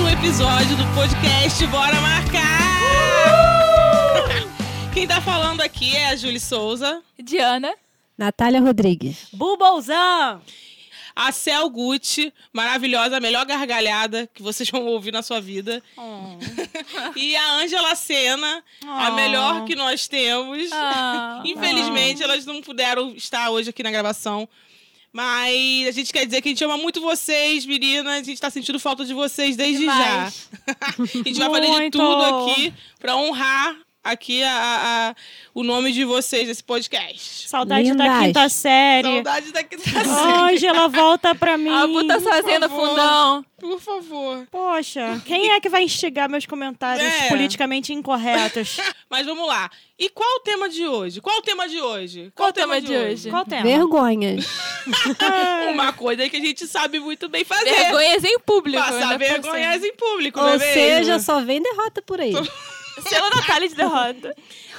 um episódio do podcast Bora Marcar! Quem tá falando aqui é a Júlia Souza, Diana. Natália Rodrigues. Bubolzão! a Cel Gucci, maravilhosa, a melhor gargalhada que vocês vão ouvir na sua vida, Ah. e a Ângela Sena, a melhor que nós temos. Ah. Infelizmente, elas não puderam estar hoje aqui na gravação. Mas a gente quer dizer que a gente ama muito vocês, meninas. A gente tá sentindo falta de vocês desde Demais. já. a gente vai fazer de Muito. tudo aqui pra honrar aqui a- a- a- o nome de vocês nesse podcast. Saudade da Lindas. quinta série. Saudade da quinta série, Ângela, volta pra mim. A puta fazenda favor. fundão. por favor. Poxa, quem é que vai instigar meus comentários É. politicamente incorretos? Mas vamos lá. E qual o tema de hoje? Qual o tema de hoje? Qual o tema de hoje? Ah. Qual o É, tema? Vergonhas. Uma coisa que a gente sabe muito bem fazer. Vergonhas em é público. Passar ainda por vergonhas em público, não é Ou mesmo? seja, só vem derrota por aí. cima. Selo Natália de derrota.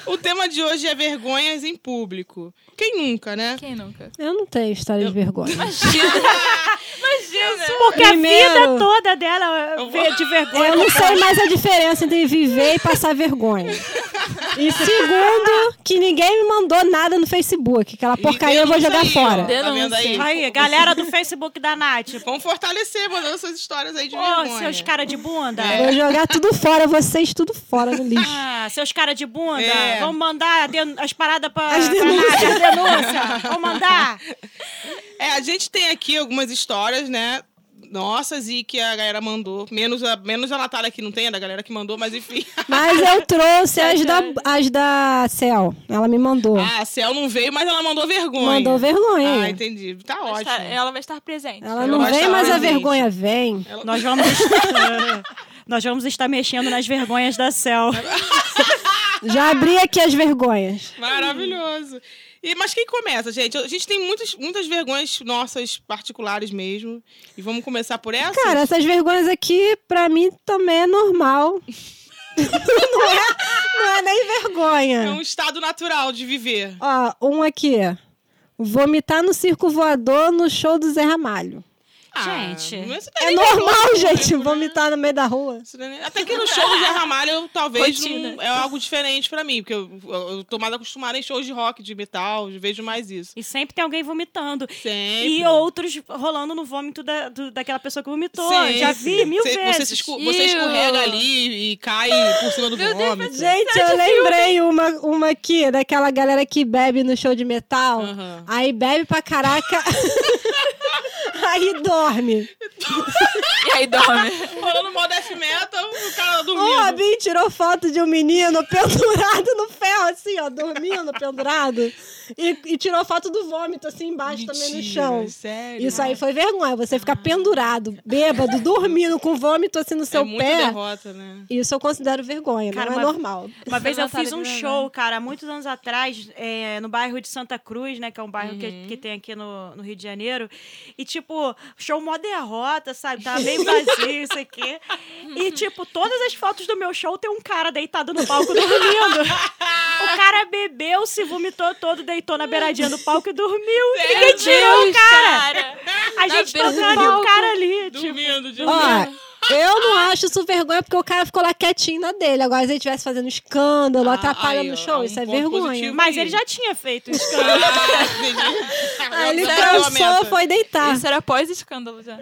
O tema de hoje é vergonhas em público. Quem nunca, né? Quem nunca? Eu não tenho história de vergonha. Imagina. Imagina. Porque a Primeiro- vida toda dela Eu é vou- ver- de vergonha. Eu não sei mais a diferença entre viver e passar vergonha. E segundo, que ninguém me mandou nada no Facebook. Aquela porcaria eu vou denúncia jogar aí, ó. fora. Tá vendo aí? Denúncia. Aí, galera do Facebook da Nath. Vamos fortalecer, mandando suas histórias aí de Pô, vergonha. seus cara de bunda. É. Vou jogar tudo fora, vocês tudo fora no lixo. Ah, seus cara de bunda. É. Vamos mandar a den- as paradas pra, As pra denúncias. Nath, as denúncias. Vamos mandar. É, a gente tem aqui algumas histórias, né? Nossas e que a galera mandou. Menos a, menos a Natália que não tem, a da galera que mandou, mas enfim. Mas eu trouxe as da, as da Cel. Ela me mandou. Ah, a Cel não veio, mas ela mandou vergonha. Mandou Ah, vergonha. entendi. Tá Vai ótimo. estar- ela vai estar presente. Ela Eu não gosto vem, dela, mas a gente. vergonha vem. Ela- Nós vamos estar, nós vamos estar mexendo nas vergonhas da Cel. Já abri aqui as vergonhas. Maravilhoso. E, mas quem começa, gente? A gente tem muitas, muitas vergonhas nossas particulares mesmo. E vamos começar por essa? Cara, essas vergonhas aqui, pra mim, também é normal. não, é, não é nem É vergonha. um estado natural de viver. Ó, um aqui. Vomitar no circo voador no show do Zé Ramalho. Gente, Ah, mas isso É daí nem normal, vergonha, gente, né? vomitar no meio da rua. Isso daí nem- Até que no show do Zé Ramalho, talvez, Rotina. não- é algo diferente pra mim. Porque eu, eu, eu tô mais acostumada em shows de rock, de metal, eu vejo mais isso. E sempre tem alguém vomitando. Sempre. E outros rolando no vômito da, do- daquela pessoa que vomitou. Sempre. Já vi mil você, vezes. Você, se escu- você Iu. escorrega ali e cai por cima do vômito. Gente, eu lembrei uma, uma aqui, daquela galera que bebe no show de metal. Aham. Aí bebe pra caraca. aí dorme. E aí dorme. Rolando mal death metal, o cara dormindo. O Robin tirou foto de um menino pendurado no ferro, assim, ó, dormindo, pendurado. E, e tirou foto do vômito, assim, embaixo também no Mentira, é chão. Sério? Isso aí foi vergonha, você ficar pendurado, bêbado, dormindo, com vômito assim no seu é muito pé. derrota, né? Isso eu considero vergonha, Cara, não é mas- normal. Uma vez eu Notário fiz um de show, cara, há muitos anos atrás, é, no bairro de Santa Cruz, né? Que é um bairro que, que tem aqui no, no Rio de Janeiro. E, tipo, show mó derrota, sabe? Tava bem vazio isso aqui. E, tipo, todas as fotos do meu show tem um cara deitado no palco dormindo. o cara bebeu, se vomitou todo, deitou na beiradinha do palco e dormiu. Ninguém tirou o cara. Na A gente beira do tocando e o palco. cara ali. Tipo, Dormindo, de Ó, eu não acho isso vergonha porque o cara ficou lá quietinho na dele. Agora, se ele estivesse fazendo escândalo, Ah, atrapalhando aí, o ó, show, é um isso é ponto vergonha. positivo. mas ele já tinha feito isso. Aí Ah, ele Sério, cansou, aumenta. foi deitar. Isso era pós-escândalo já.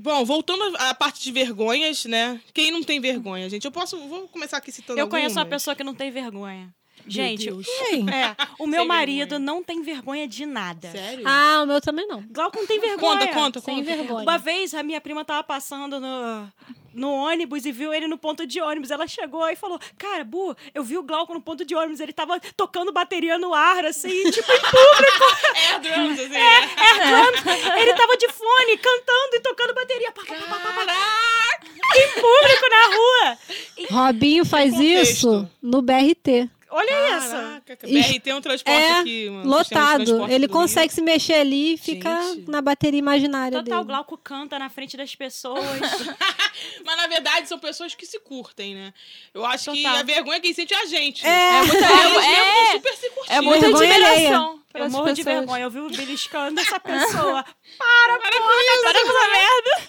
Bom, voltando à parte de vergonhas, né? Quem não tem vergonha, gente? Eu posso. Vou começar aqui citando. Eu conheço uma algumas. pessoa que não tem vergonha. Gente, Deus. Sim. É, o meu Sem marido não tem vergonha de nada. Sério? Ah, o meu também não. Glauco não tem vergonha. conta, conta, Sem conta. vergonha. Uma vez a minha prima tava passando no, no ônibus e viu ele no ponto de ônibus. Ela chegou e falou: Cara, Bu, eu vi o Glauco no ponto de ônibus. Ele tava tocando bateria no ar, assim, tipo, Ah, É, drums, assim, né? é ele tava de fone, cantando e tocando bateria. Pá, pá, pá, pá, pá, pá, Caraca! em público na rua. Robinho faz contexto. isso no BRT. Olha isso. Caraca, BRT é um transporte É, aqui, mano. um lotado. Ele consegue se mexer ali e fica Gente. na bateria imaginária Total, dele. Glauco canta na frente das pessoas. Mas na verdade são pessoas que se curtem, né? Eu acho que Total. a vergonha quem sente é a gente. É. Eles muita- mesmos é. tão super se curtindo. É muita Vergonha É admiração. Eu pelas morro de pessoas. vergonha. Eu vi o beliscando essa pessoa. Maravilhoso. Para com essa merda.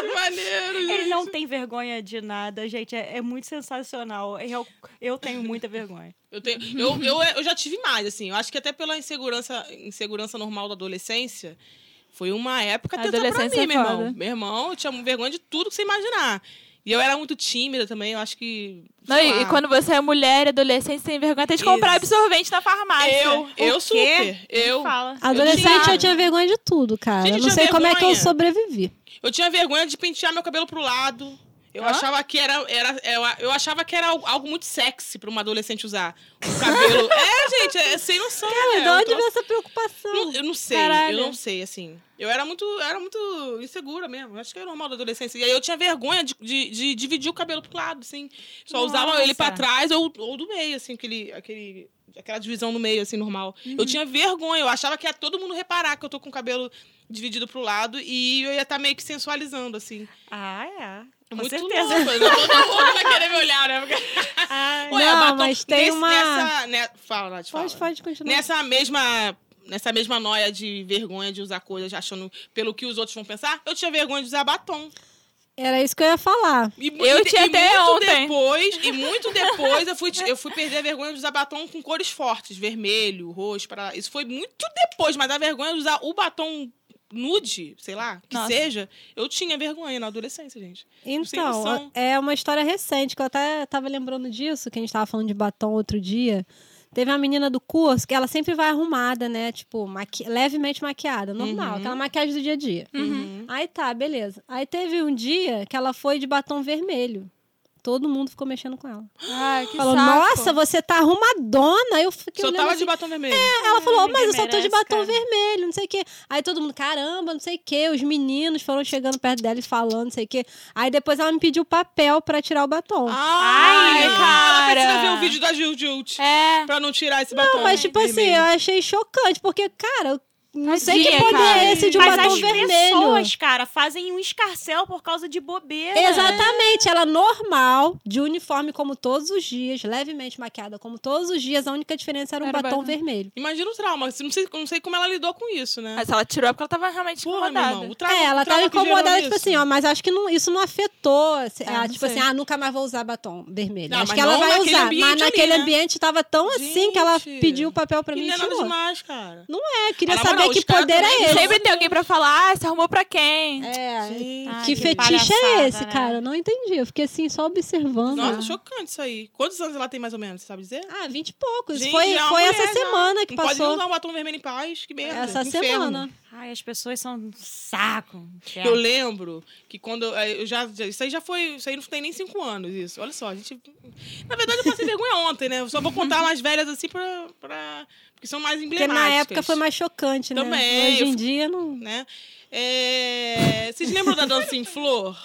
Que maneiro, gente. Ele não tem vergonha de nada, gente. É, é muito sensacional. Eu, eu tenho muita vergonha. Eu, tenho, eu, eu, eu já tive mais, assim. Eu acho que até pela insegurança, insegurança normal da adolescência, foi uma época A tentar pra adolescência mim, é meu irmão. foda. Meu irmão, eu tinha vergonha de tudo que você imaginar. E eu era muito tímida também, eu acho que. Não, sei e, lá. e quando você é mulher, adolescente, sem vergonha até de Isso. comprar absorvente na farmácia. Eu, eu super. Eu, Fala. Adolescente tinha- eu tinha vergonha de tudo, cara. Gente, eu não eu sei tinha como é que eu vergonha. sobrevivi. eu tinha vergonha de pentear meu cabelo pro lado. Eu Hã? achava que era. era eu, eu achava que era algo algo muito sexy pra uma adolescente usar. O cabelo. é, gente, é sem noção. né? Cara, de É um onde troço- veio essa preocupação? Não- eu não sei, Caralho. eu não sei, assim. Eu era muito, eu era muito insegura mesmo. Acho que era normal da adolescência. E aí eu tinha vergonha de, de- de dividir o cabelo pro lado, assim. Só usava ele pra Nossa. trás ou, ou do meio, assim, aquele, aquele, aquela divisão no meio, assim, normal. Eu tinha vergonha, eu achava que ia todo mundo reparar que eu tô com o cabelo dividido pro lado e eu ia estar meio que sensualizando, assim. Ah, é. Com muito certeza. louco. né? Todo mundo vai querer me olhar, né? Porque- Ai. Ué, Não, batom- mas tem nesse- uma- Nessa, né? Fala, Nath, fala. Né? Pode, pode continuar. Nessa mesma, nessa mesma noia de vergonha de usar coisas achando pelo que os outros vão pensar, eu tinha vergonha de usar batom. Era isso que eu ia falar. E, Eu e- tinha e até muito ontem. depois, e muito depois eu fui, eu fui perder a vergonha de usar batom com cores fortes, vermelho, roxo, para Isso foi muito depois, mas a vergonha de usar o batom nude, sei lá, que Nossa. seja, eu tinha vergonha na adolescência, gente. Sem noção. Então, é uma história recente, que eu até tava lembrando disso, que a gente tava falando de batom outro dia. Teve uma menina do curso que ela sempre vai arrumada, né? Tipo, maqui... levemente maquiada, Uhum. normal, aquela maquiagem do dia a dia. Uhum. Aí tá, beleza. Aí teve um dia que ela foi de batom vermelho. Todo mundo ficou mexendo com ela. Ai, que Falou, saco. nossa, você tá arrumadona. Aí Eu fiquei Só olhando tava assim, de batom vermelho. é, Ela falou, ninguém mas eu só tô de merece, batom cara." vermelho, não sei o quê. Aí todo mundo, caramba, não sei o quê. Os meninos foram chegando perto dela e falando, não sei o quê. Aí depois ela me pediu papel pra tirar o batom. Ah, Ai, Ela precisa cara. ver o vídeo da Jill Jilt É. pra não tirar esse batom. não, mas tipo assim, vermelho. eu achei chocante, porque, cara, eu não sei que Tadinha, poder cara. é esse de um Mas batom as vermelho. pessoas, cara, fazem um escarcel por causa de bobeira. É. Exatamente, ela normal, de uniforme como todos os dias, levemente maquiada como todos os dias, a única diferença era um Era o batom, batom. vermelho. Imagina o trauma. assim, Não sei, não sei como ela lidou com isso, né? Mas ela tirou porque ela tava realmente Porra, meu incomodada. irmão. O trauma, é, ela o trauma tava um- que gerou incomodada, isso. tipo assim, ó, mas acho que não- isso não afetou. assim, Ah, ela, não tipo sei. assim, ah, nunca mais vou usar batom vermelho. Não, acho mas que ela não vai naquele usar. ambiente Mas naquele ali, né? ambiente tava tão assim que ela Gente, pediu o papel pra E mim não e é nada tirou. demais, cara. É, queria Ah, na saber moral, que os caras poder também é esse. Sempre tem alguém pra falar, ah, se arrumou pra quem? É, Ai, que, fetiche é palhaçada, esse, né? cara? Eu não entendi. Eu fiquei assim, só observando. Nossa, chocante isso aí. Quantos anos ela tem mais ou menos, você sabe dizer? Ah, vinte e poucos. Gente, foi é uma foi mulher essa já. semana que não pode nem passou. usar um batom vermelho em paz, que merda. Essa que inferno. semana. Ai, as pessoas são um saco. Eu lembro que quando. eu- Eu já, já- isso aí já foi. Isso aí não tem nem cinco anos, isso. Olha só, a gente. Na verdade, eu passei vergonha ontem, né? Eu só vou contar mais velhas assim pra. pra porque são mais Porque emblemáticas. na época foi mais chocante, né? Também, Hoje eu em fui- dia não. né? É, Vocês lembram da Dança em Flor?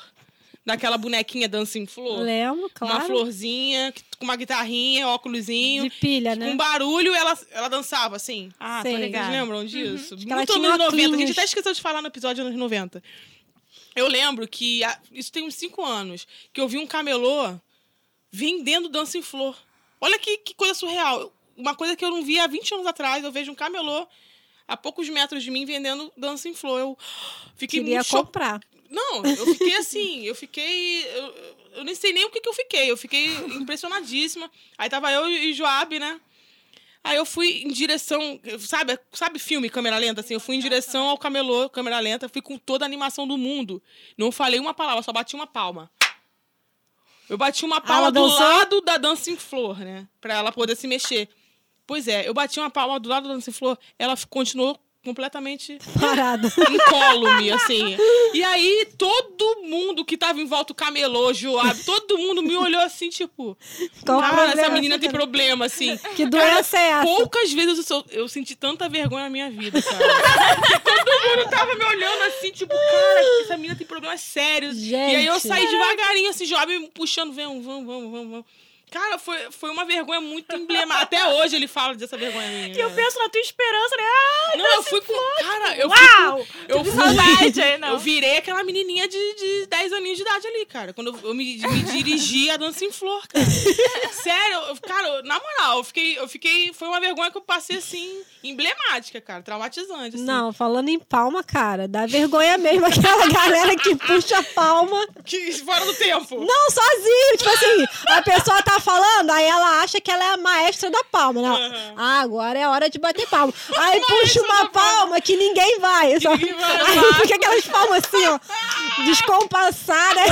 Daquela bonequinha Dança em Flor? Lembro, claro. Uma florzinha, que- com uma guitarrinha, óculosinho. de pilha, né? Com barulho, ela, ela dançava assim. Ah, Sei. tô Vocês ligada. lembram disso? Acho que ela Muito tinha anos 90. A gente óculos. até esqueceu de falar no episódio anos 90. Eu lembro que, há- isso tem uns 5 anos, que eu vi um camelô vendendo dança em flor. Olha que, que coisa surreal. Eu- Uma coisa que eu não via há 20 anos atrás, eu vejo um camelô a poucos metros de mim vendendo dança em flor. Eu fiquei Queria muito chocada. comprar. Não, eu fiquei assim, eu fiquei. Eu, eu nem sei nem o que, que eu fiquei. Eu fiquei impressionadíssima. Aí tava eu e Joab, né? Aí eu fui em direção, sabe, sabe filme câmera lenta assim, eu fui em direção ao camelô, câmera lenta, fui com toda a animação do mundo. Não falei uma palavra, só bati uma palma. Eu bati uma palma ela do dançou? lado da dança em flor, né? Pra ela poder se mexer. Pois é, eu bati uma palma do lado da dança em flor, ela f- continuou completamente Parado. incólume, assim. E aí, todo mundo que tava em volta, o camelô, o Joab, todo mundo me olhou assim, tipo... Qual o Cara, essa problema menina que tem tá- problema, assim. Que doença é essa? Poucas vezes eu, sou- eu senti tanta vergonha na minha vida, cara. todo mundo tava me olhando assim, tipo, cara, essa menina tem problemas sérios. E aí eu Gente. saí devagarinho, assim, Joab me puxando, vamos, vamos, vamos, vamos, vamos. Cara, foi, foi uma vergonha muito emblemática. Até hoje ele fala dessa vergonha minha. E eu é penso na tua esperança, né? Ah, Não, eu fui com. Cara, eu fui. com- uau! Eu Tive fui. saudade, hein, não. Eu virei aquela menininha de, de 10 aninhos de idade ali, cara. Quando eu, eu me, me dirigi a dança em flor, cara. Sério, eu- cara, eu- na moral, eu fiquei, eu fiquei. Foi uma vergonha que eu passei assim, emblemática, cara, traumatizante. Assim. Não, falando em palma, cara, dá vergonha mesmo aquela galera que puxa a palma. Que fora do tempo. Não, sozinho. Tipo assim, a pessoa tá falando, aí ela acha que ela é a maestra da palma, né? Aham. é Ah, agora é a hora de bater palma. Aí puxa uma palma que ninguém vai. só- ninguém vai. Aí fica aquelas palmas assim, ó, descompassadas.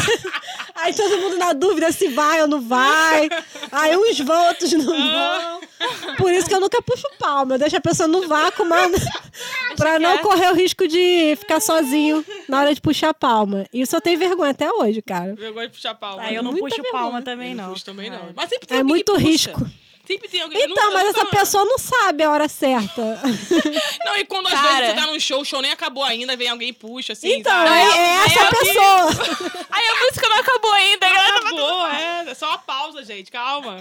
Aí todo mundo na dúvida se vai ou não vai. Aí uns vão, outros não vão. Por isso que eu nunca puxo palma. Eu deixo a pessoa no vácuo, mano, pra não quieto. correr o risco de ficar sozinho na hora de puxar a palma. Isso eu tenho vergonha até hoje, cara. Vergonha de puxar palma. Ah, eu não Muita puxo vergonha. palma também, Eu não. Ah. puxo também não. Mas sempre tem É alguém que muito puxa. risco. Sempre tem alguém. Então, Nunca- mas essa nunca- pessoa não sabe a hora certa. Não, e quando nós Cara. dois tá num show, o show nem acabou ainda, vem alguém e puxa, assim. então, sabe? é, é Aí essa a alguém- pessoa. Aí a música não acabou ainda, a galera tava- Acabou, é. É só uma pausa, gente. Calma.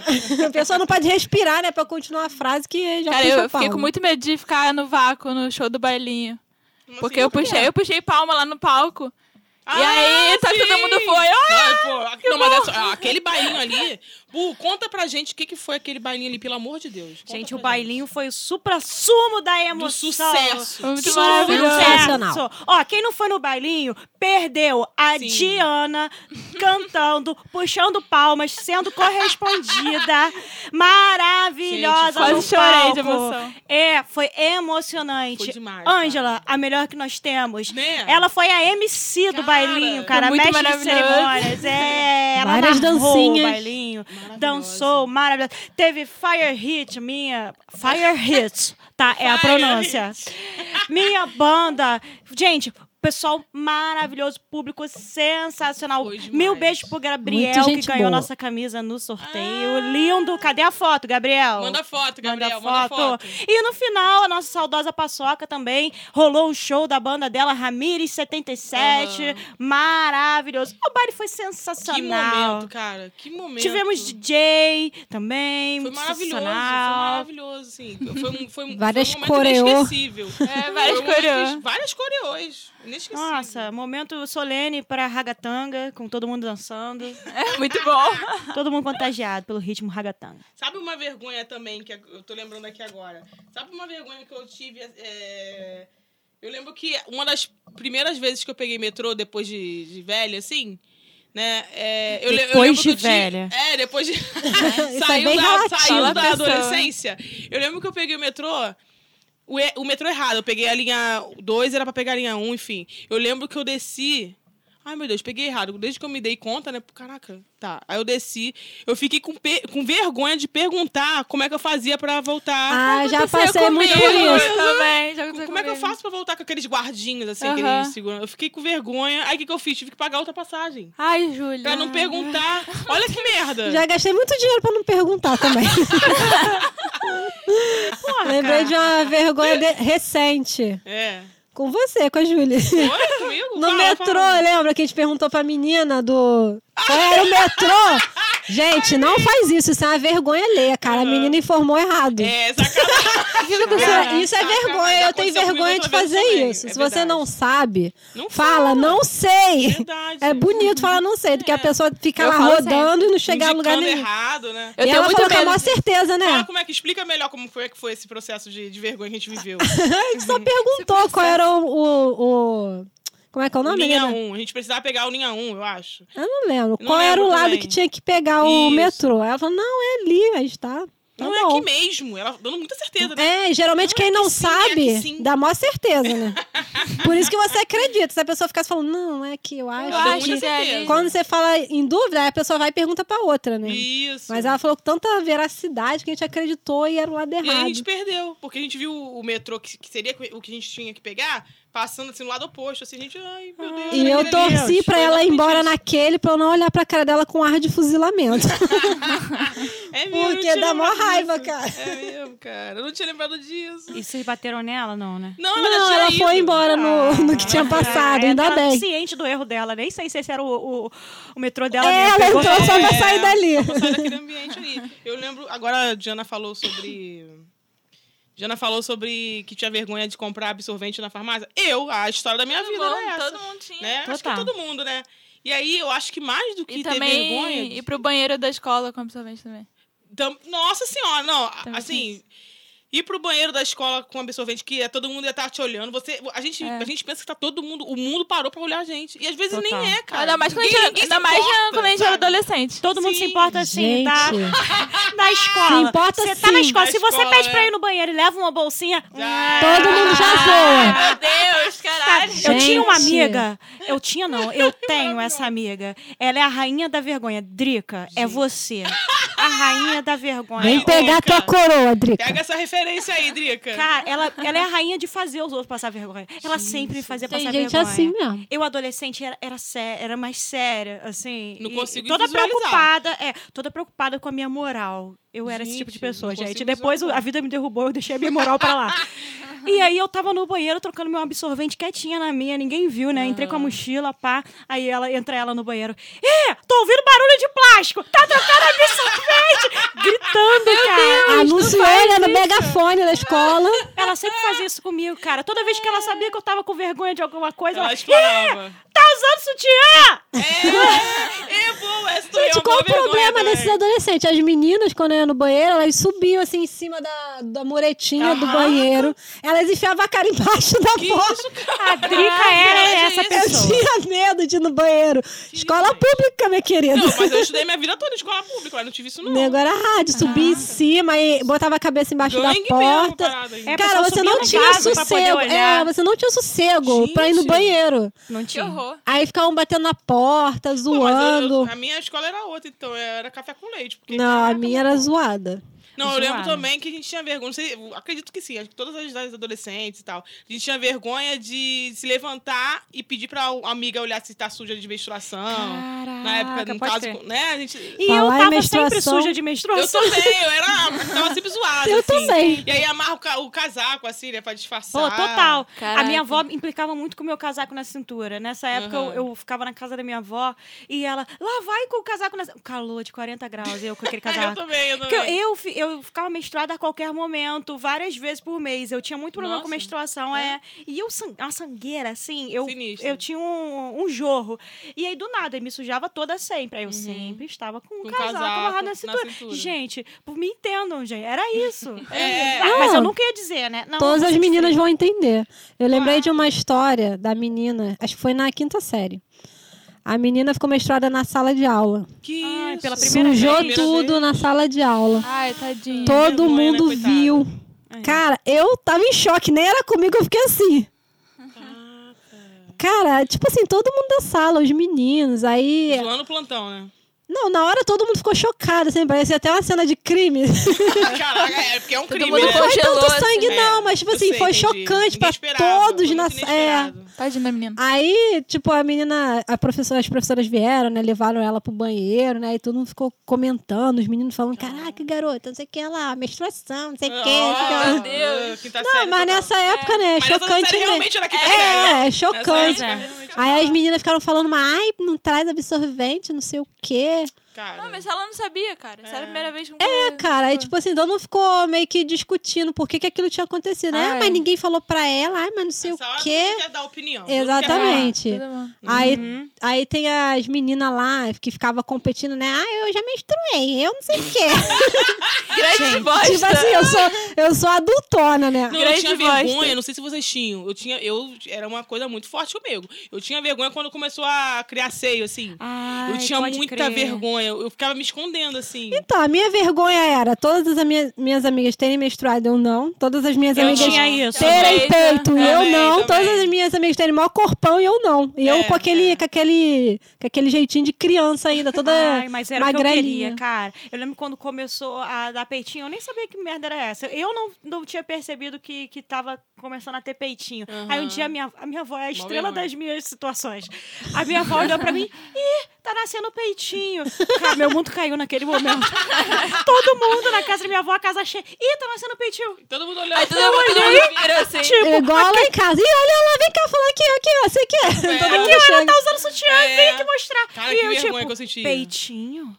A pessoa não pode respirar, né? Pra continuar a frase que já Cara, puxa eu a fiquei palma. com muito medo de ficar no vácuo no show do bailinho. Mas, Porque assim, eu puxei, eu puxei palma lá no palco. e Ah, aí, só que todo sim! mundo foi. "Ah!" Não, pô, não, mas é só- ah, aquele bailinho ali. Bu, conta pra gente o que, que foi aquele bailinho ali, pelo amor de Deus. Conta Gente, pra o bailinho foi o supra-sumo da Do emoção. sucesso. Foi muito Sucesso. maravilhoso. Sensacional. Ó, quem não foi no bailinho, perdeu a Sim. Diana cantando, puxando palmas, sendo correspondida. Maravilhosa Gente, quase no chorei de palco. emoção. É, foi emocionante. Foi demais, Ângela, a melhor que nós temos. Né? Ela foi a MC Cara, do bailinho, cara. foi muito mestre de maravilhoso. cerimônias. É, ela Várias narrou dancinhas. o bailinho. Maravilhosa. Dançou, maravilhosa. Teve Fire Hit, minha. Fire Hit, tá? É a Fire pronúncia. Minha banda. Gente. Pessoal maravilhoso, público sensacional. Foi demais. Mil beijos pro Gabriel, Muita que gente ganhou boa. nossa camisa no sorteio. Lindo. Cadê a foto, Gabriel? Manda foto, Manda Gabriel. Manda foto. foto. E no final, a nossa saudosa paçoca também rolou o show da banda dela, Ramires 77. Aham. Maravilhoso. O baile foi Que sensacional. momento, cara. Que momento. Tivemos DJ também. Foi muito maravilhoso, foi sensacional. maravilhoso, assim. Foi, um- foi, um- Várias foi um momento coreô. inesquecível. É, várias Foi um momento coreô. ines- Várias coreôs. Inesquecível. Nossa, momento solene pra ragatanga, com todo mundo dançando. É muito bom. todo mundo contagiado pelo ritmo ragatanga. Sabe uma vergonha também que eu tô lembrando aqui agora? Sabe uma vergonha que eu tive? é, Eu lembro que uma das primeiras vezes que eu peguei metrô depois de, de velha, assim, né? é, eu, le- eu Depois lembro que de eu tive- velha. É, depois de. Isso é saiu bem da, relativo. saiu Fala da a pessoa. adolescência. Eu lembro que eu peguei o metrô. O, e- o metrô errado, eu peguei a linha 2, era pra pegar a linha 1, enfim. Eu lembro que eu desci. Ai, meu Deus, peguei errado. Desde que eu me dei conta, né? Caraca, tá. Aí eu desci. Eu fiquei com, pe- com vergonha de perguntar como é que eu fazia pra voltar. Ah, já Aconteceu passei muito por comigo isso. Também, já como aconteceu é que eu comigo. faço pra voltar com aqueles guardinhos, assim, Aham. que eles seguram? Eu fiquei com vergonha. Aí o que, que eu fiz? Tive que pagar outra passagem. Ai, Júlia. Pra não perguntar. Olha que merda. Ah. Já gastei muito dinheiro pra não perguntar também. Lembrei de uma vergonha de- recente. É. Com você, com a Júlia. Oi, comigo? No Fala, metrô, fala. lembra que a gente perguntou pra menina do. Qual era o metrô? Gente, não faz isso, isso é uma vergonha ler, cara. A menina informou errado. É, sacanagem. Cara, isso é Caraca, mas vergonha, aconteceu eu tenho comigo vergonha de outra vez fazer também, isso. é Se você verdade. não sabe, Não É. fala, não sei. Verdade. É bonito falar não sei, do que a pessoa ficar Eu lá falo rodando e não chegar a lugar Indicando nenhum. errado, né? Eu e tenho ela muito falou é com a medo. maior certeza, Fala né? como é que explica melhor como foi que foi esse processo de, de vergonha que a gente viveu. A gente só perguntou qual era assim. o, o- o- Como é que é o nome, linha menina? 1. A gente precisava pegar o linha 1, eu acho. Eu não lembro. um. Não qual era o lembro lado também. que tinha que pegar o Isso. metrô? Ela falou, não, é ali, aí está. Tá Não é bom. aqui mesmo. Ela dando muita certeza, né? É, geralmente quem não que sim, é sabe, que sim. dá maior certeza, né? Por isso que você acredita. Se a pessoa ficasse falando, não, é que eu acho. Ela deu que- muita é certeza. Quando você fala em dúvida, aí a pessoa vai e pergunta pra outra, né? Isso. Mas ela tá falou com tanta veracidade que a gente acreditou e era o lado E aí a errado. gente perdeu, porque a gente viu o metrô que, que seria o que a gente tinha que pegar, Passando assim, no lado oposto, assim, gente, ai, meu Deus. Ah. E olha eu aquele ali. é torci pra ela ir embora naquele pra eu não olhar pra cara dela com ar de fuzilamento. É mesmo, eu não Porque tinha dá mó lembrado raiva, disso. cara. É mesmo, cara. Eu não tinha lembrado disso. E vocês bateram nela, não, né? Não, ela, já Não, tinha ela foi ido. embora no, no que tinha passado, Ah, É, ainda ela bem. ciente do erro dela, nem sei se esse era o, o, o metrô dela É, mesmo. ela Pegou- entrou só pra É, sair dali. Vou sair daquele ambiente ali. Eu lembro. Agora a Diana falou sobre. Diana falou sobre que tinha vergonha de comprar absorvente na farmácia. Eu, a história da minha Todo vida era mundo, essa. todo mundo tinha. Né? Acho que Total. todo mundo, né? E aí, eu acho que mais do que E ter vergonha. também ir pro banheiro da escola com absorvente também. Tam- Nossa senhora, não. a- Também assim, ir pro banheiro da escola com absorvente, que é- todo mundo ia estar te olhando. Você, a, gente, É. a gente pensa que tá todo mundo. O mundo parou pra olhar a gente. E às vezes Total. nem é, cara. ainda mais quando a gente, ninguém se ainda mais importa, quando a gente era sabe? adolescente. Todo mundo se Sim. importa assim, tá? Gente, Na escola. Se importa Você tá na sim. escola. Na Se você escola, pede né? pra ir no banheiro e leva uma bolsinha. hum, tá, Já- todo mundo já zoa. Meu Deus, caralho. Eu tinha uma Gente. amiga. Eu tinha, não. Eu tenho essa amiga. Ela é a rainha da vergonha. Drica, é você. A rainha da vergonha. Vem Aí, pegar Drica. tua coroa, Drica. Pega essa referência aí, Drica. Cara, ela, ela é a rainha de fazer os outros passar vergonha. Ela sempre me fazia Tem passar gente vergonha. assim mesmo. Eu, adolescente, era, era, sé- era mais séria, assim. Não e- consigo e Toda visualizar. preocupada, é, toda preocupada com a minha moral. Eu era esse tipo de Gente, pessoa, não consigo gente. Depois o- visualizar. a vida me derrubou, eu deixei a minha moral pra lá. E aí eu tava no banheiro trocando meu absorvente quietinha na minha, ninguém viu, né? Entrei com a Ah. mochila, pá. Aí ela entra ela no banheiro. Ê, tô ouvindo barulho de plástico! Tá trocando absorvente! Gritando, cara. Anunciou ele no megafone da escola. Ela sempre fazia isso comigo, cara. Toda vez que ela sabia que eu tava com vergonha de alguma coisa, ela, Ela explorava. tá usando sutiã! É, é bom, essa daí é Gente, uma qual o boa vergonha problema também. desses adolescentes? As meninas, quando iam no banheiro, elas subiam assim em cima da, da muretinha do banheiro. Elas enfiavam a cara embaixo da Que porta. isso, cara? A Drica era é essa isso? Eu pessoa. tinha medo de ir no banheiro. Escola gente. pública, minha querida. Não, mas eu estudei minha vida toda em escola pública, mas não tive isso, não. O nego era rádio, subia em cima e botava a cabeça embaixo Ah. Gangue da mesmo, porta. parada aí. É, Cara, pessoal você não subia no tinha vaso pra poder sossego. olhar. É, você não tinha sossego pra ir no Gente. banheiro. Não Que horror. Aí ficavam batendo na porta, Pô, mas eu- eu- zoando. a minha escola era outra, então era café com leite. Porque, Não, a caraca, minha era zoada. Não, eu lembro Zoado. também que a gente tinha vergonha, não sei, eu acredito que sim, acho que todas as idades adolescentes e tal. A gente tinha vergonha de se levantar e pedir pra a amiga olhar se tá suja de menstruação. Na época, Caraca, no pode caso, crer. com- né? A gente. E Falar em eu tava menstruação. sempre suja de Eu menstruação. também, eu era. Tava sempre zoada. Eu assim. também. E aí amarra o, ca- o casaco, assim, né? Pra disfarçar. É, Pô, total. Caraca. A minha avó implicava muito com o meu casaco na cintura. Nessa época Aham. eu, eu ficava na casa da minha avó e ela, lá vai com o casaco na cintura. Calor de 40 graus, eu com aquele Eu casaco. também, eu Porque eu, também. eu fi- eu ficava menstruada a qualquer momento, várias vezes por mês. Eu tinha muito problema com Nossa. menstruação. É. E eu, san- a sangueira, assim, eu, Sinistro. eu tinha um, um jorro. E aí, do nada, eu me sujava toda sempre. Aí eu sempre estava com um Com casaco, casaco amarrado na na cintura. cintura. Gente, por- me entendam, gente. Era isso. É. Ah, mas eu Não. nunca ia dizer, né? Não, Todas não as sei. meninas vão entender. Eu lembrei Ah. de uma história da menina, acho que foi na quinta série. A menina ficou menstruada na sala de aula. Que Ai, isso. pela primeira Sujou vez. tudo na sala de aula. Ai, tadinho. Todo vergonha, né, mundo coitada? É. viu. Cara, eu tava em choque, nem era comigo, eu fiquei assim. Cara, tipo assim, todo mundo da sala, os meninos, aí. Zoando o plantão, né? Não, na hora todo mundo ficou chocado, assim, parecia até uma cena de crime. Caraca, é, porque é um crime, mundo né? com- Foi tanto Congelou, sangue, assim, não, né? mas, tipo Eu assim, sei, foi entendi. chocante Ninguém pra esperava, todos foi na. muito É. inesperado. Tadinho da menina. Aí, tipo, a menina, a professora, as professoras vieram, né? Levaram ela pro banheiro, né? E todo mundo ficou comentando, os meninos falando, caraca, garota, não sei o que lá, menstruação, não sei o que. não sei o que lá." Ah, Meu Deus. Quinta Não, série, mas total. nessa época, né? É Mas essa série chocante mesmo. realmente era quinta série. É, é chocante. Essa é. época, realmente. Aí as meninas ficaram falando, mas ai, não traz absorvente, não sei o quê. Cara. Não, mas ela não sabia, cara. Isso era a primeira vez que É, cara, aí tipo assim, então não ficou meio que discutindo por que, que aquilo tinha acontecido. né? Ai. mas ninguém falou pra ela, ai, mas não sei Nessa hora, o todo quê. mundo quer dar opinião. todo mundo quer falar. Exatamente. Todo mundo. Aí, Uhum. aí tem as meninas lá que ficavam competindo, né? Ah, eu já menstruei, eu não sei o quê. Grande bosta. tipo assim, eu sou, eu sou adultona, né? Não, eu Grande tinha bosta. vergonha, não sei se vocês tinham. Eu tinha, eu era uma coisa muito forte comigo. Eu tinha vergonha quando começou a criar seio, assim. Ai, eu tinha pode muita crer. vergonha. Eu, eu ficava me escondendo, assim. Então, a minha vergonha era todas as minhas, minhas amigas terem menstruado, eu não. Todas as minhas Eu amigas tinha isso. terem Também, peito, e eu também, não. também. Todas as minhas amigas terem maior corpão, e eu não. E eu É, com aquele, com, aquele, com aquele jeitinho de criança ainda, toda Ai, mas era o que eu magrelinha. queria, cara. Eu lembro quando começou a dar peitinho, eu nem sabia que merda era essa. Eu não, não tinha percebido que, que tava começando a ter peitinho. Aí um Aham. dia a minha, a minha avó é a estrela vergonha. das minhas situações. A minha avó olhou pra mim, ih, tá nascendo peitinho. Cara, meu mundo caiu naquele momento. Todo mundo na casa da minha avó, a casa cheia. Ih, tá nascendo peitinho. Todo mundo olhando. Aí todo mundo todo mundo vira assim. Tipo, É Igual lá em casa. Ih, olha lá, vem cá falar aqui, aqui, ó, você aqui. É. Todo Aqui, mundo Aqui, ela chega. tá usando sutiã, É. vem aqui mostrar. Cara, e que eu, vergonha tipo, que eu sentia. Peitinho?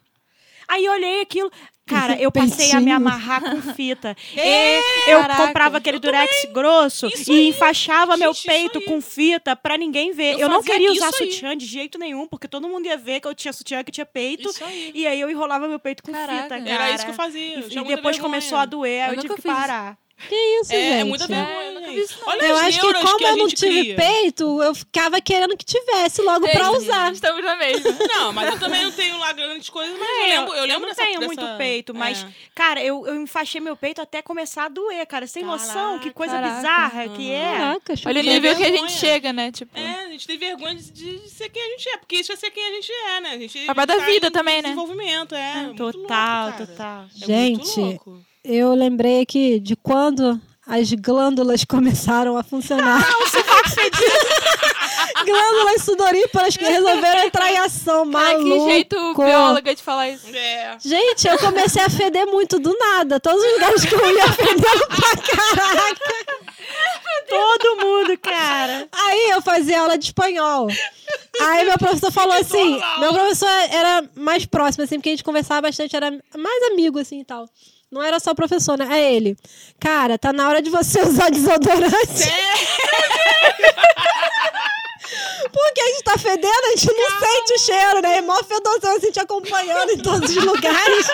Aí eu olhei aquilo. Cara, eu passei a me Peitinho. amarrar com fita. E eu Caraca. comprava aquele durex grosso Isso e aí. enfaixava meu Gente, isso peito aí. com fita pra ninguém ver. Eu, Eu não fazia queria usar isso aí. sutiã de jeito nenhum, porque todo mundo ia ver que eu tinha sutiã, que eu tinha peito. Isso aí. E aí eu enrolava meu peito com Caraca. fita, cara. Era isso que eu fazia. E, Tinha muita e depois vergonha. começou a doer, aí eu, Eu tive nunca que fiz isso. parar. Que isso, É, gente. é muita vergonha. eu nunca gente. vi isso, não. Olha Eu as acho que neuras como a eu não gente tive cria. peito, eu ficava querendo que tivesse logo pra usar. Estamos na mesma. Não, mas eu também não tenho lá grandes coisas, mas É, eu lembro, eu lembro É, não dessa, tenho dessa- muito peito, mas, É. cara, eu, eu enfaixei meu peito até começar a doer, cara. Sem noção, que coisa caraca. bizarra que é. Caraca, chocante. Olha o E é nível que a vergonha. gente chega, né? Tipo, É, a gente tem vergonha de, de ser quem a gente é, porque isso é ser quem a gente é, né? A gente Papai da tá vida em também, né? Desenvolvimento, é. muito louco, Total, cara. total. É Gente, muito louco. Eu lembrei aqui de quando as glândulas começaram a funcionar. glândulas sudoríparas que resolveram entrar em ação, cara, que maluco. jeito bióloga de falar isso. É. Gente, eu comecei a feder muito do nada. Todos os lugares que eu ia fedendo pra caraca. Todo mundo, cara. Aí eu fazia aula de espanhol. Aí meu professor falou assim, meu professor era mais próximo, assim, porque a gente conversava bastante, era mais amigo, assim, e tal. Não era só professor, né? É ele. Cara, tá na hora de você usar desodorante. Porque a gente tá fedendo, a gente não sente o cheiro, né? É mó fedozão, assim, te acompanhando em todos os lugares.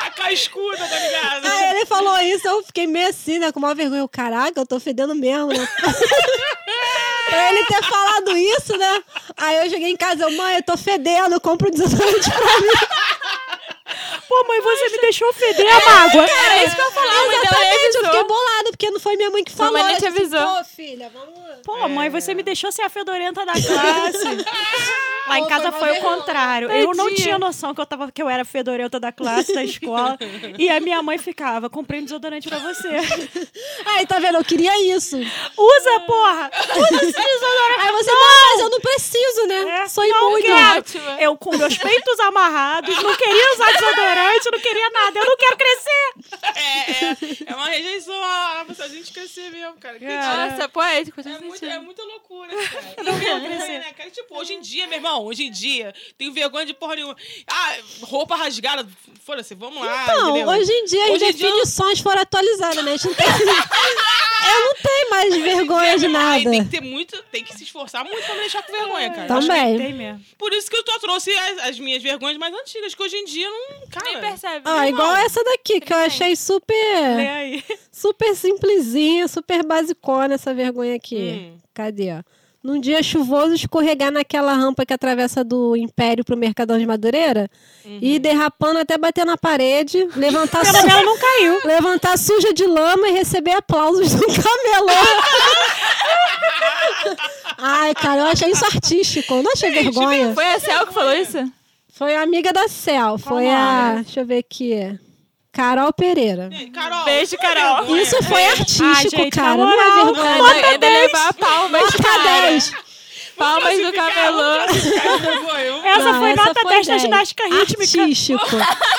A cascuda, tá ligado? Aí É. ele falou isso, eu fiquei meio assim, né? Com maior vergonha. Eu, caraca, eu tô fedendo mesmo. né? pra ele ter falado isso, né? Aí eu cheguei em casa, eu, mãe, eu tô fedendo, compra um desodorante pra Pô, mãe, você é me deixou feder a mágoa. Era isso que eu falei, a mãe dela Exatamente, eu fiquei avisou. bolada, porque não foi minha mãe que Sua falou. mãe nem Ela te disse assim, avisou. Pô, filha, vamos... Pô, mãe, você me deixou ser a fedorenta da classe. Lá em Pô, casa foi foi o vergonha. contrário. Eu não Tadinha. tinha noção que eu, tava, que eu era fedorenta da classe, da escola. E a minha mãe ficava, comprei um desodorante pra você. Aí, tá vendo? Eu queria isso. Usa, porra! Usa esse desodorante! Aí você, não, mas eu não preciso, né? É, Sou não imune. quero. Ótima. Eu com meus peitos amarrados, não queria usar desodorante, não queria nada. Eu não quero crescer. É, é, é uma rejeição a a gente crescer mesmo, cara. Que Cara, Nossa, poético. É, muito, é muita loucura, cara. Não E mesmo vou crescer. também, né, cara? Tipo, hoje em dia, meu irmão, hoje em dia, tenho vergonha de porra nenhuma. Ah, roupa rasgada, foda-se, vamos lá. É, Não, entendeu? Então, hoje em dia Hoje as em dia eu- definições foram atualizadas, né? A gente não tem... eu não tenho mais vergonha de Ai, nada. Tem que ter muito, tem que se esforçar muito pra me deixar com vergonha, Então- cara. Também. Tem mesmo. Por isso que eu tô, trouxe as, as minhas vergonhas mais antigas, que hoje em dia não. Nem Cara, percebe. Ah, igual essa daqui, que eu Ele tem. achei super, Lê aí. super simplesinha, super basicona essa vergonha aqui. hum, Cadê, ó? Num dia chuvoso, escorregar naquela rampa que atravessa do Império pro Mercadão de Madureira e ir derrapando até bater na parede, levantar, Pelo su- menos não caiu. levantar suja de lama e receber aplausos do camelô. Ai, cara, eu achei isso artístico. Eu não achei vergonha. Foi a Cel que falou isso? Foi a amiga da Cel. Foi a. Deixa eu ver aqui. Carol Pereira. Carol. Beijo, Carol. vergonha. Isso foi artístico, Ai, Ah, gente, cara. na Não é moral, vergonha. Não, é de levar palmas, Nota cara. 10. Palmas do camelô. Essa Não, foi essa nota foi 10 da 10. ginástica rítmica.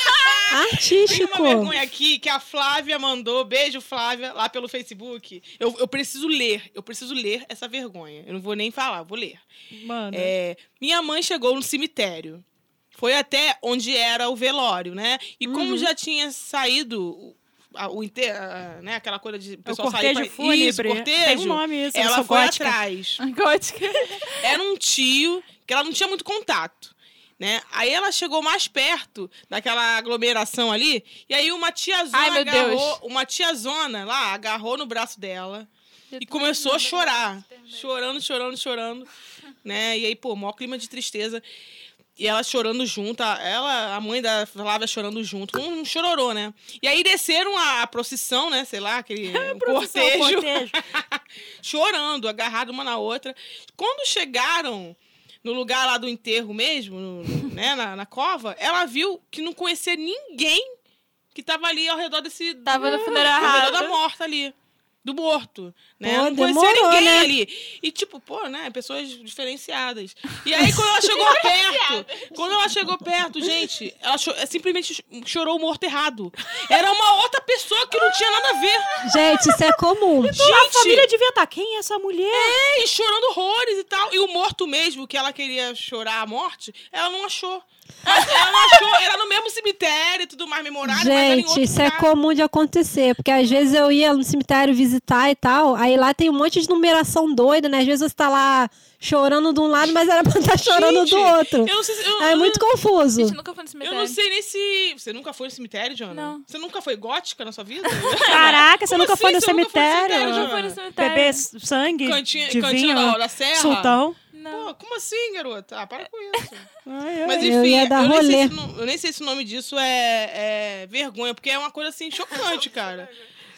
Tem uma Artístico. Artístico. Tipo. vergonha aqui que a Flávia mandou. Beijo, Flávia, lá pelo Facebook. Eu, eu preciso ler, eu preciso ler essa vergonha. Eu não vou nem falar, vou ler. Mano. É, minha mãe chegou no cemitério. Foi até onde era o velório, né? E como Uhum. já tinha saído o- a- o inte- a- né, aquela coisa de o O pessoal sair cortejo pra- fúnebre. Isso, cortejo. Tem um nome isso. eu ela sou foi gótica. atrás. Gótica. Era um tio que ela não tinha muito contato. Né? Aí ela chegou mais perto daquela aglomeração ali, e aí uma tiazona Ai, meu agarrou, Deus. uma tiazona lá agarrou no braço dela e começou a chorar. Chorando, chorando, chorando. Né? E aí, pô, maior clima de tristeza. E ela chorando junto, a- ela, a mãe da Flávia chorando junto, um, um chororô, né? E aí desceram a, a procissão, né? Sei lá, aquele o Profissão, cortejo, cortejo. chorando, agarrado uma na outra. Quando chegaram no lugar lá do enterro mesmo, no- né, na, na cova, ela viu que não conhecia ninguém que tava ali ao redor desse Tava no funeral ao redor da errado. morta ali. Do morto, né? Pô, não conhecia demorou, ninguém né? ali. E tipo, pô, né? Pessoas diferenciadas. E aí, quando ela chegou perto, quando ela chegou perto, gente, ela cho- simplesmente ch- chorou o morto errado. Era uma outra pessoa que não tinha nada a ver. Gente, isso é comum. A Gente, família devia estar. Quem é essa mulher? e chorando horrores e tal. E o morto mesmo, que ela queria chorar a morte, ela não achou. Ela não achou, era no mesmo cemitério e tudo mais, memorável, mas era em Gente, outro isso é lugar. comum de acontecer, porque às vezes eu ia no cemitério visitar e tal, aí lá tem um monte de numeração doida, né? Às vezes você tá lá chorando de um lado, mas era pra estar chorando do Gente, outro. Eu não sei se- eu- É muito confuso. Gente, eu nunca fui no Eu cemitério. não sei nem se. Você nunca foi no cemitério, Joana? Não. Você nunca foi gótica na sua vida? Caraca, você Como nunca assim? foi no Você nunca foi no cemitério? cemitério, Nunca Joana? fui no cemitério. Beber s- sangue Cantinho, de cantinho da, É vinho? da Serra? um- Sultão? Não. Pô, como assim, garota? Ah, para com isso. Ai, ai. Mas enfim, Eu ia dar nem, sei rolê. se, no- eu nem sei se o nome disso é, é vergonha, porque é uma coisa assim chocante, cara.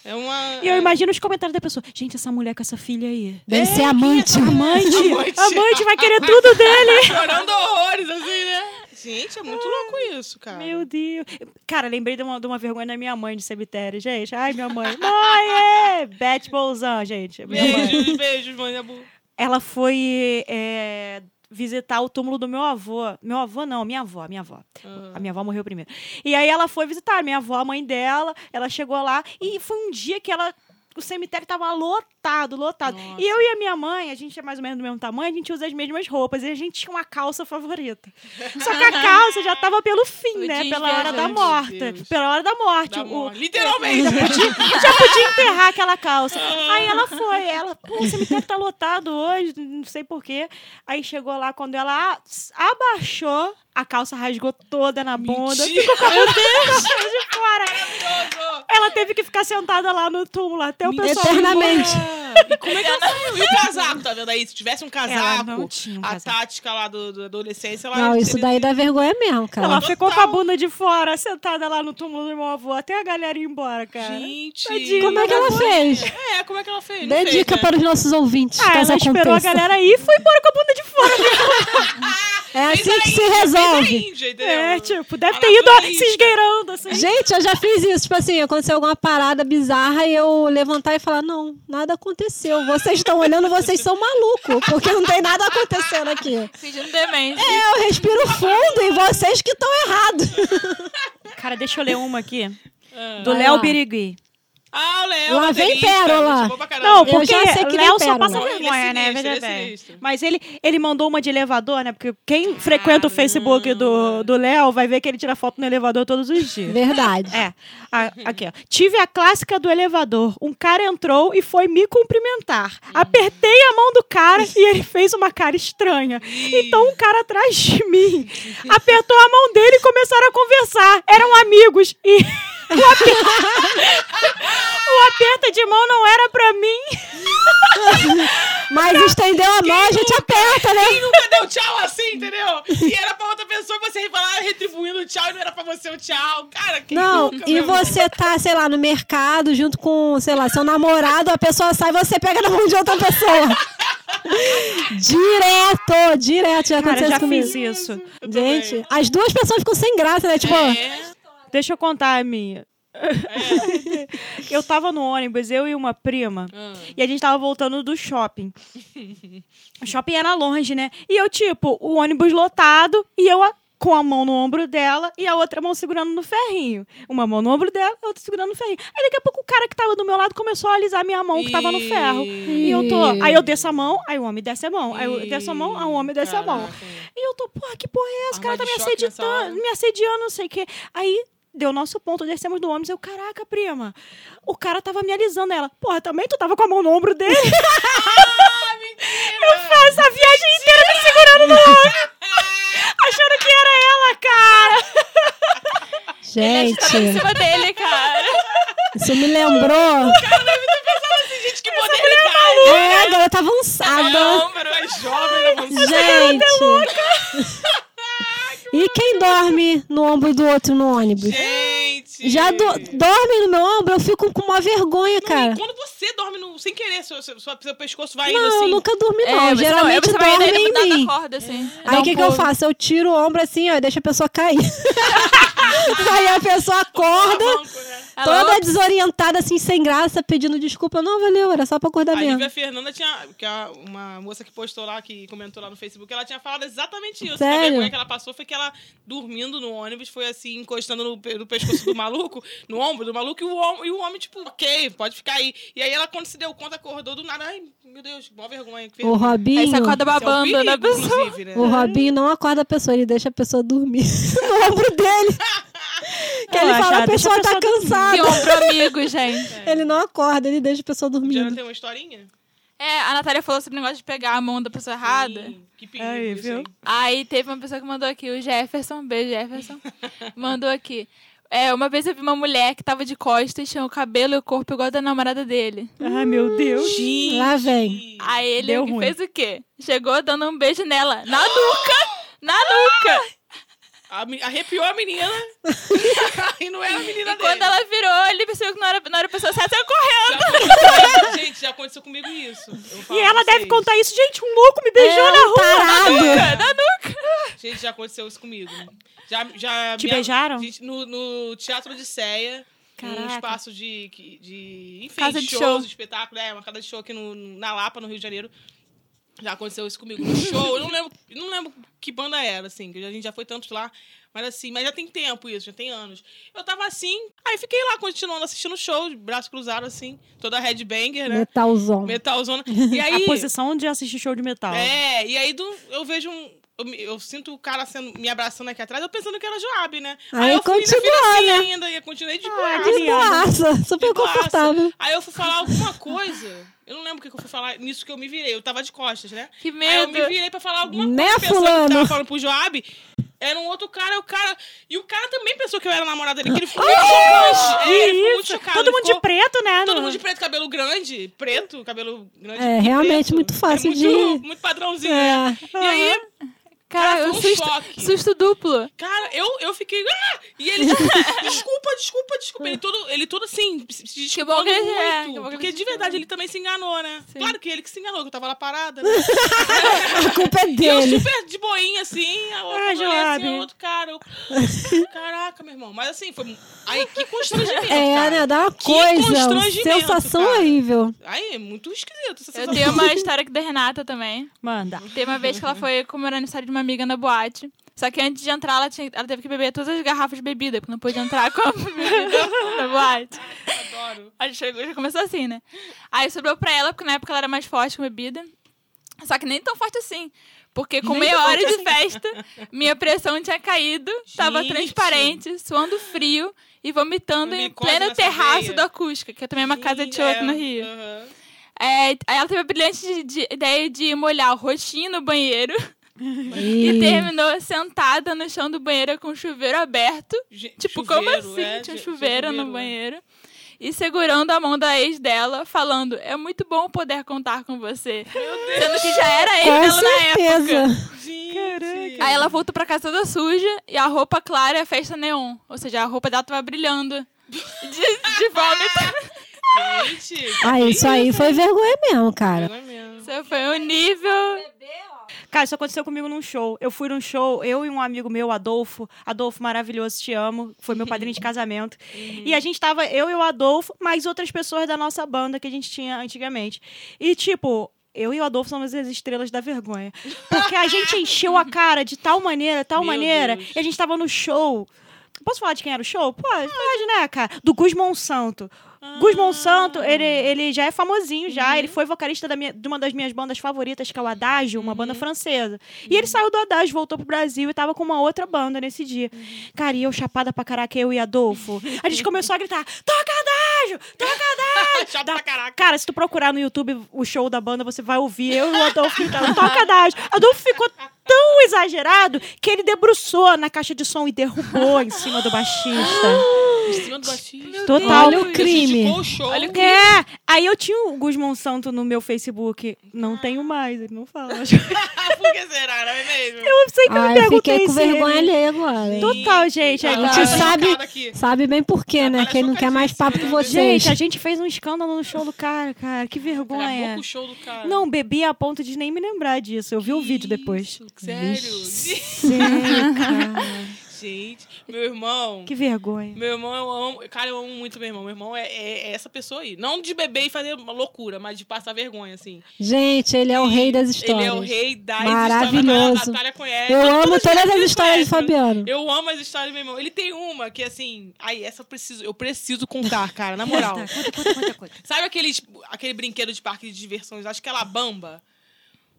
É uma. E eu imagino os comentários da pessoa. Gente, essa mulher com essa filha aí. Deve ser amante. Amante, Amante. amante. vai querer tudo dele. Chorando horrores, assim, né? Gente, é muito louco isso, cara. Meu Deus. Cara, lembrei de uma, de uma vergonha da minha mãe de cemitério, gente. Ai, minha mãe. Mãe, é! Beth Bolzan, gente. Minha mãe. Beijos, beijos, Mandabu. Ela foi é, visitar o túmulo do meu avô. Meu avô não, minha avó, minha avó. ah, A minha avó morreu primeiro. E aí ela foi visitar minha avó, a mãe dela. Ela chegou lá e foi um dia que ela. O cemitério tava lotado, lotado. Nossa. E eu e a minha mãe, a gente é mais ou menos do mesmo tamanho, a gente usa as mesmas roupas. E a gente tinha uma calça favorita. Só que a calça já tava pelo fim, O né? jeans Pela hora da viajante. morta. Deus. Pela hora da morte. Da O- mão. Literalmente. já podia enterrar aquela calça. Aí ela foi, ela, pô, o cemitério tá lotado hoje, não sei porquê. Aí chegou lá, quando ela a- abaixou, a calça rasgou toda na bunda. Mentira. Ficou com um, a bunda de fora. Ela teve que ficar sentada lá no túmulo é até o pessoal. ir embora. Eternamente. E como é que ela saiu? E o casaco, tá vendo aí? Se tivesse um Ela casaco, não tinha um a casaco. tática lá do, do adolescência, ela Não, isso teria- daí dá vergonha mesmo, Ela cara. ficou com a bunda de fora, sentada lá no túmulo do meu avô, até a galera ir embora, cara. Gente, Tadinha. Como é que ela fez? É, como é que ela fez? Não Dê fez, dica né? para os nossos ouvintes, Ah, caso ela esperou a aconteça. galera ir e foi embora com a bunda de fora. É Fez assim a que se Índia, fez a resolve. Índia, entendeu? É, tipo, deve A ter ido naturalista. se esgueirando, assim. Gente, eu já fiz isso. Tipo assim, aconteceu alguma parada bizarra e eu levantar e falar: Não, nada aconteceu. Vocês estão olhando, vocês são malucos, porque não tem nada acontecendo aqui. Fingindo demente. É, eu respiro fundo e vocês que estão errados. Cara, deixa eu ler uma aqui. Ah. Do Vai Léo lá. Birigui. Ah, o Léo. Lá vem baterista, Pérola. gente boa pra caramba. Não, Eu porque já sei que nem Léo só pérola. passa Ele é vergonha, né? sinistro, ele Veja é bem. sinistro. Mas ele, ele mandou uma de elevador, né? Porque quem frequenta o Facebook do do Léo vai ver que ele tira foto no elevador todos os dias. Verdade. É, A- aqui ó. Tive a clássica do elevador. Um cara entrou e foi me cumprimentar. Apertei a mão do cara e ele fez uma cara estranha. Então um cara atrás de mim apertou a mão dele e começaram a conversar. Eram amigos e o aperto de mão não era pra mim. Mas estendeu a mão, a gente aperta, né? Quem nunca deu tchau assim, entendeu? E era pra outra pessoa, você vai lá retribuindo o tchau e não era pra você o tchau. Cara, quem Não, nunca, e meu irmão? você tá, sei lá, no mercado junto com, sei lá, seu namorado, a pessoa sai e você pega na mão de outra pessoa. direto, direto, já Cara, aconteceu já isso comigo. fiz isso. Eu também. Gente, as duas pessoas ficam sem graça, né? Tipo, É. Deixa eu contar a minha. eu tava no ônibus, eu e uma prima. E a gente tava voltando do shopping. O shopping era longe, né? E eu, tipo, o ônibus lotado e eu a- com a mão no ombro dela e a outra mão segurando no ferrinho. Uma mão no ombro dela, a outra segurando no ferrinho. Aí daqui a pouco o cara que tava do meu lado começou a alisar minha mão que tava no ferro. E eu tô. Aí eu desço a mão, aí o homem desce a mão. Aí eu desço a mão, aí o homem desce a mão. E eu tô, porra, que porra é essa? O cara Arma tá de me choque nessa hora. né? assediando, me assediando, não sei o quê. Aí deu nosso ponto, descemos do ônibus. Eu, caraca, prima. O cara tava me alisando ela. Porra, também tu tava com a mão no ombro dele. eu faço a viagem inteira me segurando no ombro. Achando que era ela, cara. Tava é em É, gente, cima dele, cara. isso me lembrou. Gente, que modernidade. É, a garota Não, é avançada. mas mais jovem, né, você? Gente. Quem dorme no ombro do outro no ônibus? Gente! Já do- dorme no meu ombro, eu fico com uma vergonha, Não, cara. e quando você dorme no- sem querer, seu, seu, sua- seu pescoço vai indo Não, eu assim. nunca dormi, É, não. mas Geralmente você vai dorme daí em da- mim. da corda, assim. um Aí o que, que eu faço? Eu tiro o ombro assim, ó, e deixo a pessoa cair. Aí a pessoa acorda, Banco, né? toda desorientada, assim, sem graça, pedindo desculpa. Não, valeu, era só pra acordar A mesmo. Lívia Fernanda tinha. Que é uma moça que postou lá, que comentou lá no Facebook, ela tinha falado exatamente isso. Que Sério? a vergonha que ela passou foi que ela, dormindo no ônibus, foi assim, encostando no, pe- no pescoço do maluco, no ombro do maluco, e o, hom- e o homem, tipo, ok, pode ficar aí. E aí ela, quando se deu conta, acordou do nada. Ai, meu Deus, mó vergonha. Que O vergonha. Aí você Robinho. Isso acorda é um babando na perigo, pessoa. inclusive, né? O Robinho não acorda a pessoa, ele deixa a pessoa dormir no ombro dele. Que ele Relaxa, fala, a deixa a pessoa tá pessoa dormir." Que cansada. ombro amigo, gente. Ele não acorda, ele deixa a pessoa Já não dormindo. tem uma historinha? É, a Natália falou sobre o negócio de pegar a mão da pessoa errada. Ih, Que perigo. Aí, isso viu? aí. Aí teve uma pessoa que mandou aqui, o Jefferson, um beijo Jefferson, mandou aqui. É, uma vez eu vi uma mulher que tava de costas, tinha o cabelo e o corpo igual da namorada dele. Ai, meu Deus. Gente. Lá vem. Aí ele Deu ruim. fez o quê? Chegou dando um beijo nela, na nuca, na nuca. A me- arrepiou a menina. e não era a menina E dele. quando ela virou, ele percebeu que não era, não era a pessoa certa, saiu correndo. Já aconteceu- Gente, já aconteceu comigo isso. Eu vou falar E pra ela vocês. Ah, deve contar isso, gente. Um louco me beijou É na um rua. tarado. Gente, já aconteceu isso comigo. Já, já Te minha- beijaram? Gente, no, no Teatro Odisseia, num Caraca. espaço de, que- de enfim, Casa de shows, show. espetáculo, é, uma casa de show aqui no, na Lapa, no Rio de Janeiro. Já aconteceu isso comigo. No show, eu não lembro, eu não lembro que banda era, assim, que a gente já foi tantos lá. Mas assim, mas já tem tempo isso, já tem anos. Eu tava assim, aí fiquei lá continuando assistindo o show, de braço cruzado, assim, toda headbanger, né? Metalzão. Metalzona. E aí. A posição de assistir show de metal. É, e aí do, eu vejo um. Eu, me- eu sinto o cara sendo, me abraçando aqui atrás, eu pensando que era Joab, né? Aí eu fui continua, assim ainda, e eu continuei de boa. né? que De boaça, super De boaça. confortável. Aí eu fui falar alguma coisa. Eu não lembro o que que eu fui falar nisso que eu me virei. Eu tava de costas, né? Que Aí eu medo. me virei pra falar alguma Né, coisa. pensando fulano? que tava falando pro Joab. Era um outro cara, o cara. E o cara também pensou que eu era namorada dele. Que ele ficou muito chocado. Que É, ele ficou muito isso? chocado. Todo ele mundo ficou- de preto, É, né? Todo no- mundo de preto, cabelo grande, preto, cabelo grande. É, e realmente muito fácil é muito, de- Muito padrãozinho, né? É. E aí, Cara, foi eu um susto, choque. susto duplo. Cara, eu, eu fiquei. "Ah!" E ele, tipo, desculpa, desculpa, desculpa. Ele todo, ele todo assim, se se Que desculpando bom que ele- é, muito. que bom que ele porque se de verdade ele também se enganou, né? Claro que ele que se enganou, que eu tava lá parada. Né? A culpa é E eu dele. super de boinha, assim, a outra Ah, olhei Joab. assim, o outro cara. eu, Caraca, meu irmão. Mas assim, foi. Aí que constrangimento. É, cara. né? Dá uma Que coisa. uma constrangimento, Sensação cara. horrível. Aí, é muito esquisito essa Eu sensação. tenho uma história aqui da Renata também. Manda. Teve uma vez que ela foi comemorar o aniversário de uma amiga na boate. Só que antes de entrar, ela, tinha- ela teve que beber todas as garrafas de bebida, porque não pôde entrar com a bebida na boate. Adoro. Aí chegou- já começou assim, né? Aí sobrou pra ela, porque na época ela era mais forte com bebida. Só que nem tão forte assim. Porque com meia hora de festa, minha pressão tinha caído, tava assim. Gente. transparente, suando frio e vomitando em Micose pleno nessa terraço veia. um do Acústica, que é também uma casa de show aqui no Rio. Aham. É, aí ela teve a brilhante de- de- ideia de molhar o roxinho no banheiro e Ih. terminou sentada no chão do banheiro com o chuveiro aberto. Ge- Tipo, como chuveiro, assim? é, Tinha um ge- chuveiro, no é. banheiro. E segurando a mão da ex dela, falando: É muito bom poder contar com você. Meu Deus. Sendo que já era ex Com dela na época. certeza. Gente. Aí ela voltou pra casa toda suja e a roupa clara é festa neon. Ou seja, a roupa dela tava brilhando. De, de vômito. Gente. Ah, isso aí foi vergonha mesmo, cara. Não é mesmo. Isso foi um nível. Cara, isso aconteceu comigo num show. Eu fui num show, eu e um amigo meu, Adolfo. Adolfo, maravilhoso, te amo. Foi meu padrinho de casamento. E a gente tava, eu e o Adolfo, mais outras pessoas da nossa banda que a gente tinha antigamente. E, tipo. Eu e o Adolfo somos as estrelas da vergonha. Porque a gente encheu a cara de tal maneira, tal Meu maneira, Deus. e a gente tava no show. Posso falar de quem era o show? Pode, pode, né, cara? Do Gus Monsanto. Ah. Gus Monsanto, ele, ele já é famosinho já. Uhum. Ele foi vocalista da minha- de uma das minhas bandas favoritas, que é o Adagio, uma Uhum. banda francesa. E ele saiu do Adagio, voltou pro Brasil e tava com uma outra banda nesse dia. Uhum. Cara, e eu chapada pra caraca, eu e Adolfo. A gente começou a gritar, toca Adagio! Toca Chato pra caraca. Cara, se tu procurar no YouTube o show da banda, você vai ouvir eu e o Adolfo gritando, toca Adagio! Adolfo ficou tão exagerado que ele debruçou na caixa de som e derrubou em cima do baixista. Em cima do baixista. Total. Olha o crime. Prejudicou o show. Olha o crime. É, aí eu tinha o Guzmão Santo no meu Facebook. Não tenho mais, ele não fala. Eu Por que será, não é mesmo? sei que eu me Ai, eu perguntei fiquei com se ele- vergonha alheia agora, hein? Total, Ah, gente. A Agora- gente, Agora- sabe- Sabe bem por quê, né? Olha, Que ele não quer mais papo com chocadíssimo, vocês. gente, a gente fez um escândalo no show do cara, cara. Que Acabou vergonha. com o show do cara. Não, bebi a ponto de nem me lembrar disso. Eu vi o vídeo depois. Isso, Sério? Sim, cara. Gente, meu irmão. Que vergonha. Meu irmão, eu amo. Cara, eu amo muito meu irmão. Meu irmão é, é- é essa pessoa aí. Não de beber e fazer uma loucura, mas de passar vergonha, assim. Gente, ele é o rei das histórias. Ele é o rei das Maravilhoso. histórias. A Natália conhece. Eu amo Todas todas elas as vocês histórias de conhecem. Fabiano. Eu amo as histórias do meu irmão. Ele tem uma que, assim, aí essa eu preciso, eu preciso contar, cara, na Então, moral. Sabe aquele, tipo, aquele brinquedo de parque de diversões? Acho que é La Bamba.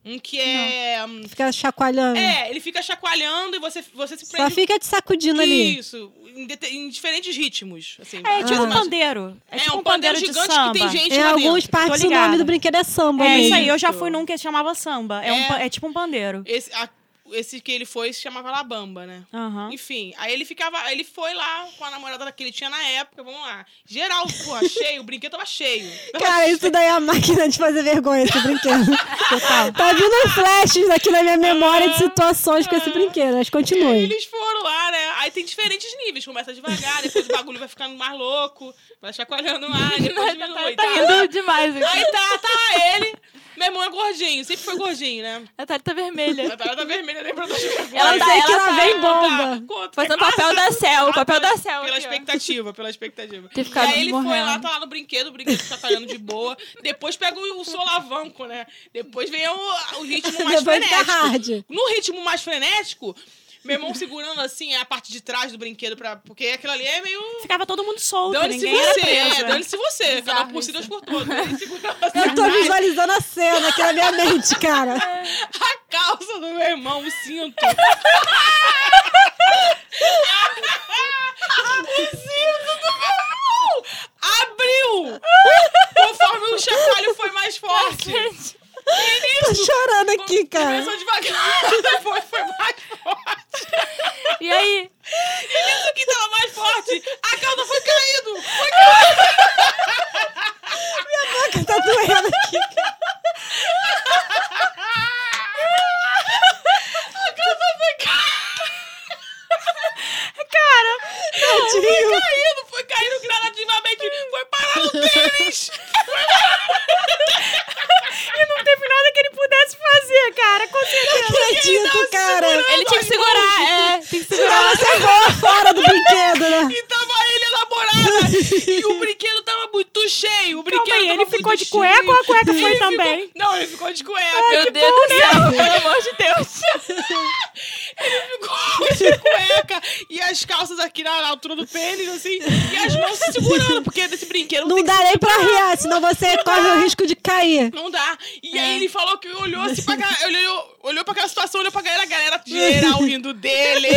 Um que é. Fica chacoalhando. É, ele fica chacoalhando e você, você se Só prende. fica te sacudindo ali. Isso, em, dete- em diferentes ritmos. assim. É tipo um Mas- pandeiro. É, é, tipo um pandeiro de gigante samba. que tem gente Em lá dentro. alguns parques o ligada. nome do brinquedo é samba É mesmo. isso aí, eu já Isso. fui num que se chamava samba. É, um É. pa- é tipo um pandeiro. Esse, a- esse que ele foi se chamava La Bamba, né? Aham. Enfim, aí ele ficava. aí Ele foi lá com a namorada que ele tinha na época, vamos lá. Geral, porra, cheio, o brinquedo tava cheio. Cara, isso daí é a máquina de fazer vergonha, esse brinquedo. tá vindo flashes aqui na minha memória de situações com esse brinquedo. Mas Aí continue. eles foram lá, né? Aí tem diferentes níveis. Começa devagar, depois o bagulho vai ficando mais louco, vai chacoalhando mais, depois diminui. Tá Tá rindo demais aqui. Aí tá, tá ele. Meu irmão é gordinho, sempre foi gordinho, né? A Natália tá A vermelha. Natália tá vermelha, lembra do Ela Eu tá- sei que ela lá tá- Tá, vem bomba. conta, Fazendo passa. papel da Cel, o papel da Cel. Pela aqui, ó. expectativa, pela expectativa. Ter E ficado aí ele foi morrendo. lá, tá lá no brinquedo, o brinquedo chacoalhando de boa. Depois pega o, o solavanco, né? Depois vem o, o ritmo mais Depois tá fica frenético. hard. No ritmo mais frenético, meu irmão segurando assim a parte de trás do brinquedo, pra, porque aquilo ali é meio. Ficava todo mundo solto, Dane-se ninguém era você, preso. é, dane-se você. Cada um por si, né? isso. Deus por todos. Ele segurando assim, Eu tô visualizando a cena aqui na minha mente, cara. a calça do meu irmão, o cinto. o cinto do meu irmão! Abriu! Conforme o chacoalho foi mais Tá forte. é Tô chorando aqui, Tá cara. Começou devagar, depois foi mais forte. E aí? Isso que tava mais forte. A calça foi caindo. Foi Tá doendo aqui. Tadinho. caindo, foi caindo gradativamente. Foi parar no tênis. E não teve nada que ele pudesse fazer, cara. Com certeza. Não tá acredito, cara. Ele tinha que segurar, é. Tem que segurar. Tirava você agora fora do brinquedo, né? E tava ele e a namorada. E o brinquedo tava muito cheio. O brinquedo Calma aí, tava ele muito ficou de cheio. cueca ou a cueca foi Ele ficou- também? Não, ele ficou de cueca. Meu Deus do céu, pelo amor de Deus. ficou de cueca. E as calças aqui na na altura do pênis, assim. E as mãos se segurando, porque desse brinquedo Não tem que dá nem pra rir, senão você corre o risco de cair. Não dá. E É. aí ele falou que olhou assim pra galera, olhou, olhou pra aquela situação, olhou pra galera, a galera geral rindo dele,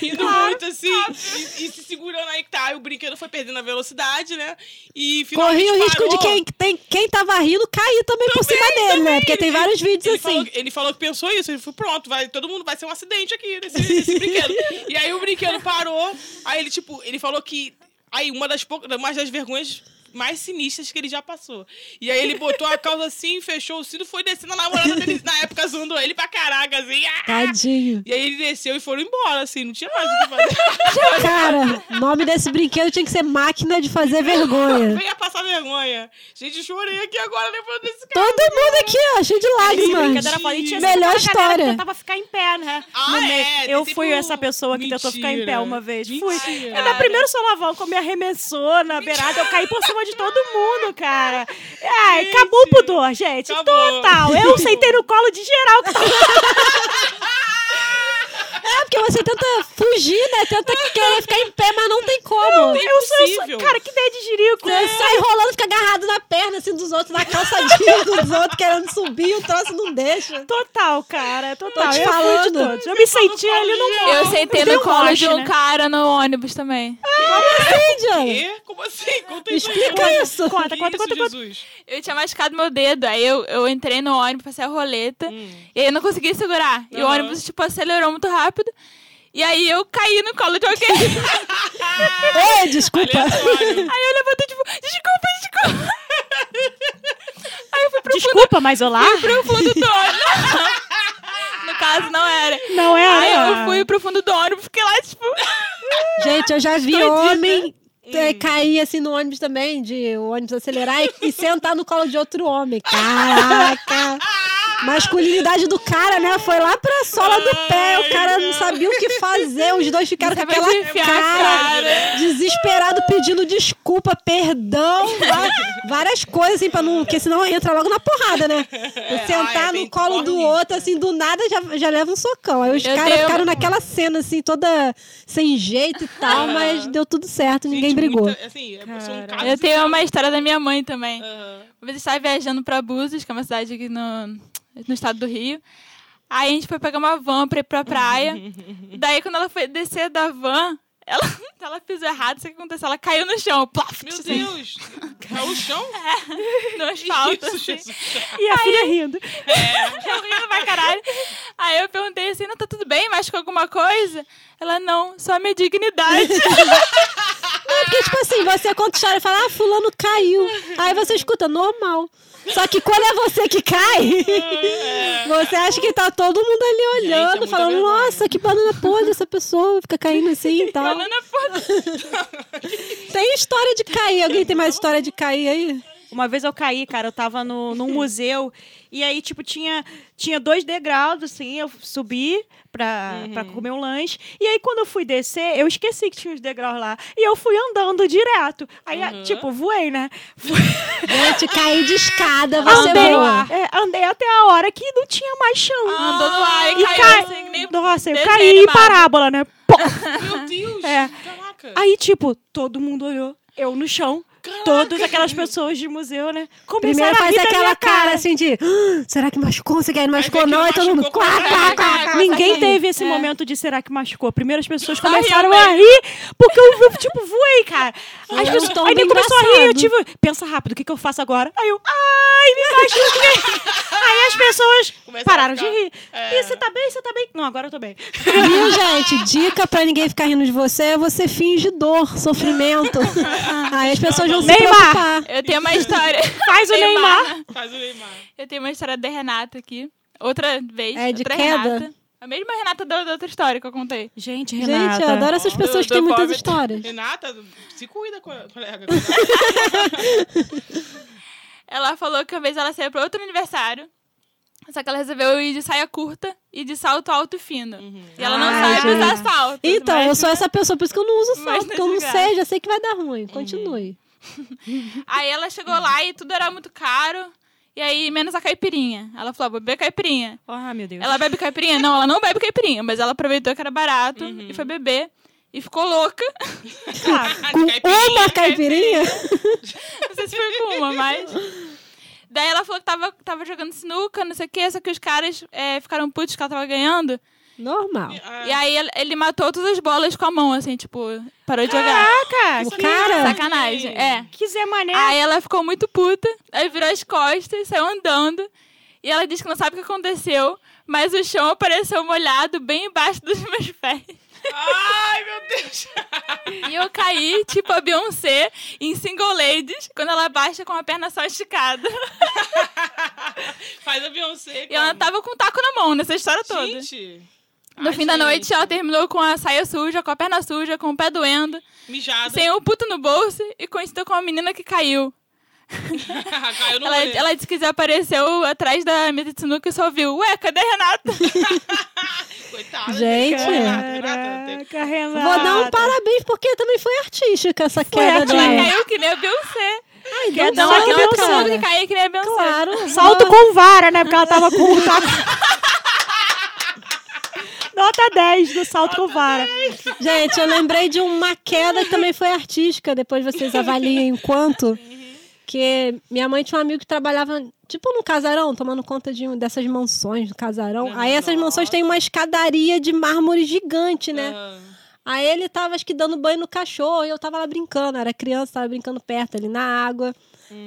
rindo muito assim, e, e se segurando aí que tá. Aí o brinquedo foi perdendo a velocidade, né? E finalmente Corria o risco parou. de quem, tem, quem tava rindo cair também, por cima dele, né? Porque tem vários vídeos Ele, assim. falou, ele falou que pensou isso, ele falou, pronto, vai, todo mundo vai ser um acidente aqui nesse, nesse brinquedo. E aí o brinquedo parou, aí ele, tipo, ele falou que. Aí uma das poucas, uma das vergonhas mais sinistras que ele já passou. E aí ele botou a calça assim, fechou o cinto, foi descendo a namorada dele na época, zoando ele pra caraca, assim. ah! Tadinho. E aí ele desceu e foram embora, assim, não tinha mais o que fazer. Cara, o nome desse brinquedo tinha que ser máquina de fazer É. vergonha. Venha passar vergonha. Gente, chorei aqui agora lembrando desse cara. Todo mundo aqui, ó, cheio de Esse lágrimas. brincadeira foda. E tinha Melhor sempre aquela galera história. Que tentava ficar em pé, né? Ah, No é, meio. tem Eu sempre fui um- essa pessoa que tentou ficar em pé Mentira. uma vez. Fui. Mentira. Eu, no primeiro solavanco, me arremessou na beirada. Eu caí por cima de todo mundo, cara. Ai, acabou o pudor, gente. Acabou. Total. Eu sentei no colo de geral que tava É, porque você tenta fugir, né? Tenta querer ficar em pé, mas não tem como. tem- eu sou, eu sou- Impossível. Cara, que ideia de jirico. Você sai rolando, fica agarrado na perna, assim, dos outros, na calçadinha dos outros, querendo subir, o troço não deixa. Total, cara. Total. Tô te eu fui de falando. todos. Eu me senti no colo ali de no geral. mundo. Eu sentei Deu no colo moche, de um né? cara no ônibus também. Sim, Diana. Quê? Como assim? Conta Me isso aí. explica isso. Conta, Que conta, isso, conta, conta. Jesus? Eu tinha machucado meu dedo, aí eu, eu entrei Hum. no ônibus, passei a roleta, e aí eu não consegui segurar. E o Aham. ônibus, tipo, acelerou muito rápido. E aí eu caí no colo de alguém. Oi, é desculpa. Aleatório. Aí eu levantei, tipo, desculpa, desculpa. Aí eu fui pro Desculpa, mas olá? pro fundo do ônibus. No caso, não era. Não é Aí ela. eu fui pro fundo do ônibus, fiquei lá, tipo. Gente, eu já vi homem eh, cair assim no ônibus também, de o ônibus acelerar e, e sentar no colo de outro homem. Caraca! Masculinidade do cara, né? Foi lá pra sola do pé, o cara não sabia o que fazer, os dois ficaram com Não sabia aquela onde enfiar a cara, desesperado, pedindo desculpa, perdão, va- várias coisas, assim, pra não. Porque senão entra logo na porrada, né? Ah, é, Sentar tem no colo do corre nisso, outro, assim, do nada já, já leva um socão. Aí os Eu caras dei ficaram uma- naquela cena, assim, toda sem jeito e tal, mas deu tudo certo, ninguém Gente, brigou. muita- assim, é- são casos Eu de- tenho uma história da minha mãe também. Aham. Uma vez eu estava viajando pra Búzios, que é uma cidade aqui no, no estado do Rio. Aí a gente foi pegar uma van pra ir pra praia. Daí, quando ela foi descer da van, ela, ela fez errado, sei o que aconteceu. Ela caiu no chão, plaf, Meu assim, Deus! Caiu o chão? no asfalto. Isso, assim. Jesus. E a filha rindo. é Rindo pra caralho. Aí eu perguntei assim, não, tá tudo bem? Machucou alguma coisa? Ela, não, só a minha dignidade. É porque, tipo assim, você conta história e fala, ah, fulano caiu. Aí você escuta, normal. Só que quando é você que cai, É. você acha que tá todo mundo ali Gente, é olhando, muita falando, vergonha. nossa, que banana podre essa pessoa, fica caindo assim e tal. Banana podre. Tem história de cair, alguém tem mais história de cair aí? Uma vez eu caí, cara, eu tava no, num museu e aí, tipo, tinha, tinha dois degraus, assim, eu subi pra, pra Uhum. comer um lanche. E aí, quando eu fui descer, eu esqueci que tinha os degraus lá. E eu fui andando direto. Aí, Uhum. tipo, voei, né? Gente, cair de escada, você Andei, voa. é, andei até a hora que não tinha mais chão. Ah, Andou no ar e E caiu cai- assim, que nem... Nossa, eu desenho caí em animado. parábola, né? Pô! Meu Deus! É. Caraca! Aí, tipo, todo mundo olhou. Eu no chão. Todas aquelas pessoas de museu, né? Começaram Primeiro a rir faz da aquela minha cara, cara. assim de "Ah, será que machucou? Será que ele machucou? vê que Não, não e todo mundo. machucou, Quá, vai, quá, vai, quá, quá. Ninguém Vai cair. teve esse momento de será que machucou. Primeiro as pessoas Só começaram riu a rir, porque eu, eu, tipo, voei, cara. um As pessoas, tom aí bem nem começou a rir, eu tive. engraçado. Pensa rápido, o que, que eu faço agora? Aí eu, ai, me machuquei. aí as pessoas Começaram pararam a de ficar, rir. é. E você tá bem? Você tá bem? Não, agora eu tô bem. Viu, gente? Dica pra ninguém ficar rindo de você é você finge dor, sofrimento. Aí as pessoas vão se Neymar. preocupar. Eu tenho uma história. Faz o Neymar. Faz o Neymar. Eu tenho uma história da Renata aqui. Outra vez. É, de outra queda? Renata. A mesma Renata da, da outra história que eu contei. Gente, Renata. Gente, eu adoro essas pessoas que têm Eu dou muitas vômito. histórias. Renata, se cuida, co- colega. Ela falou que uma vez ela saiu pra outro aniversário. Só que ela resolveu ir de saia curta e de salto alto e fino. E ela não Ai, sabe usar gente. salto. Então, eu sou essa pessoa, por isso que eu não uso Mas salto, porque eu não desligado. sei, já sei que vai dar ruim. Continue. Aí ela chegou lá e tudo era muito caro. E aí, menos a caipirinha. Ela falou, "Ah, vou beber caipirinha. Ah, meu Deus. Ela bebe caipirinha? Não, ela não bebe caipirinha. Mas ela aproveitou que era barato e foi beber. E ficou louca. Com uma caipirinha, Não sei se foi com uma, mas. Daí ela falou que tava, tava jogando sinuca, não sei o quê, só que os caras é, ficaram putos que ela tava ganhando. normal. E aí ele, ele matou todas as bolas com a mão, assim, tipo, parou de jogar. Caraca, O cara, é Sacanagem, é. que Zé Mané. Aí ela ficou muito puta, aí virou as costas, saiu andando. E ela disse que não sabe o que aconteceu, mas o chão apareceu molhado bem embaixo dos meus pés. Ai, meu Deus! E eu caí, tipo a Beyoncé, em single ladies, quando ela baixa com a perna só esticada. Faz a Beyoncé. E ela cara. tava com um taco na mão nessa história toda. Gente! No Ai, fim da gente. noite, ela terminou com a saia suja, com a perna suja, com o pé doendo, Mijada. sem o puto no bolso e coincidiu com a menina que caiu. Caiu no Ela, é rolê. ela disse que desapareceu atrás da mesa de sinuca e só viu, ué, cadê a Renata? Coitada. Gente. Renata, Renata, tem- Caraca, Renata. vou dar um parabéns, porque também foi artística essa queda ela artística. dela. caiu que nem a Beyoncé. Quer Não, é Só dar uma que aquela Beyoncé. pessoa que caiu que nem a Beyoncé. Claro. Salto com vara, né? Porque ela tava com um taco. Nota 10 do salto com vara. Gente, eu lembrei de uma queda que também foi artística, depois vocês avaliem o quanto. Que minha mãe tinha um amigo que trabalhava, tipo, num casarão, tomando conta de um- dessas mansões do casarão. Aí essas mansões têm uma escadaria de mármore gigante, né? Ah, Aí ele tava, acho que, dando banho no cachorro e eu tava lá brincando. Era criança, tava brincando perto ali na água.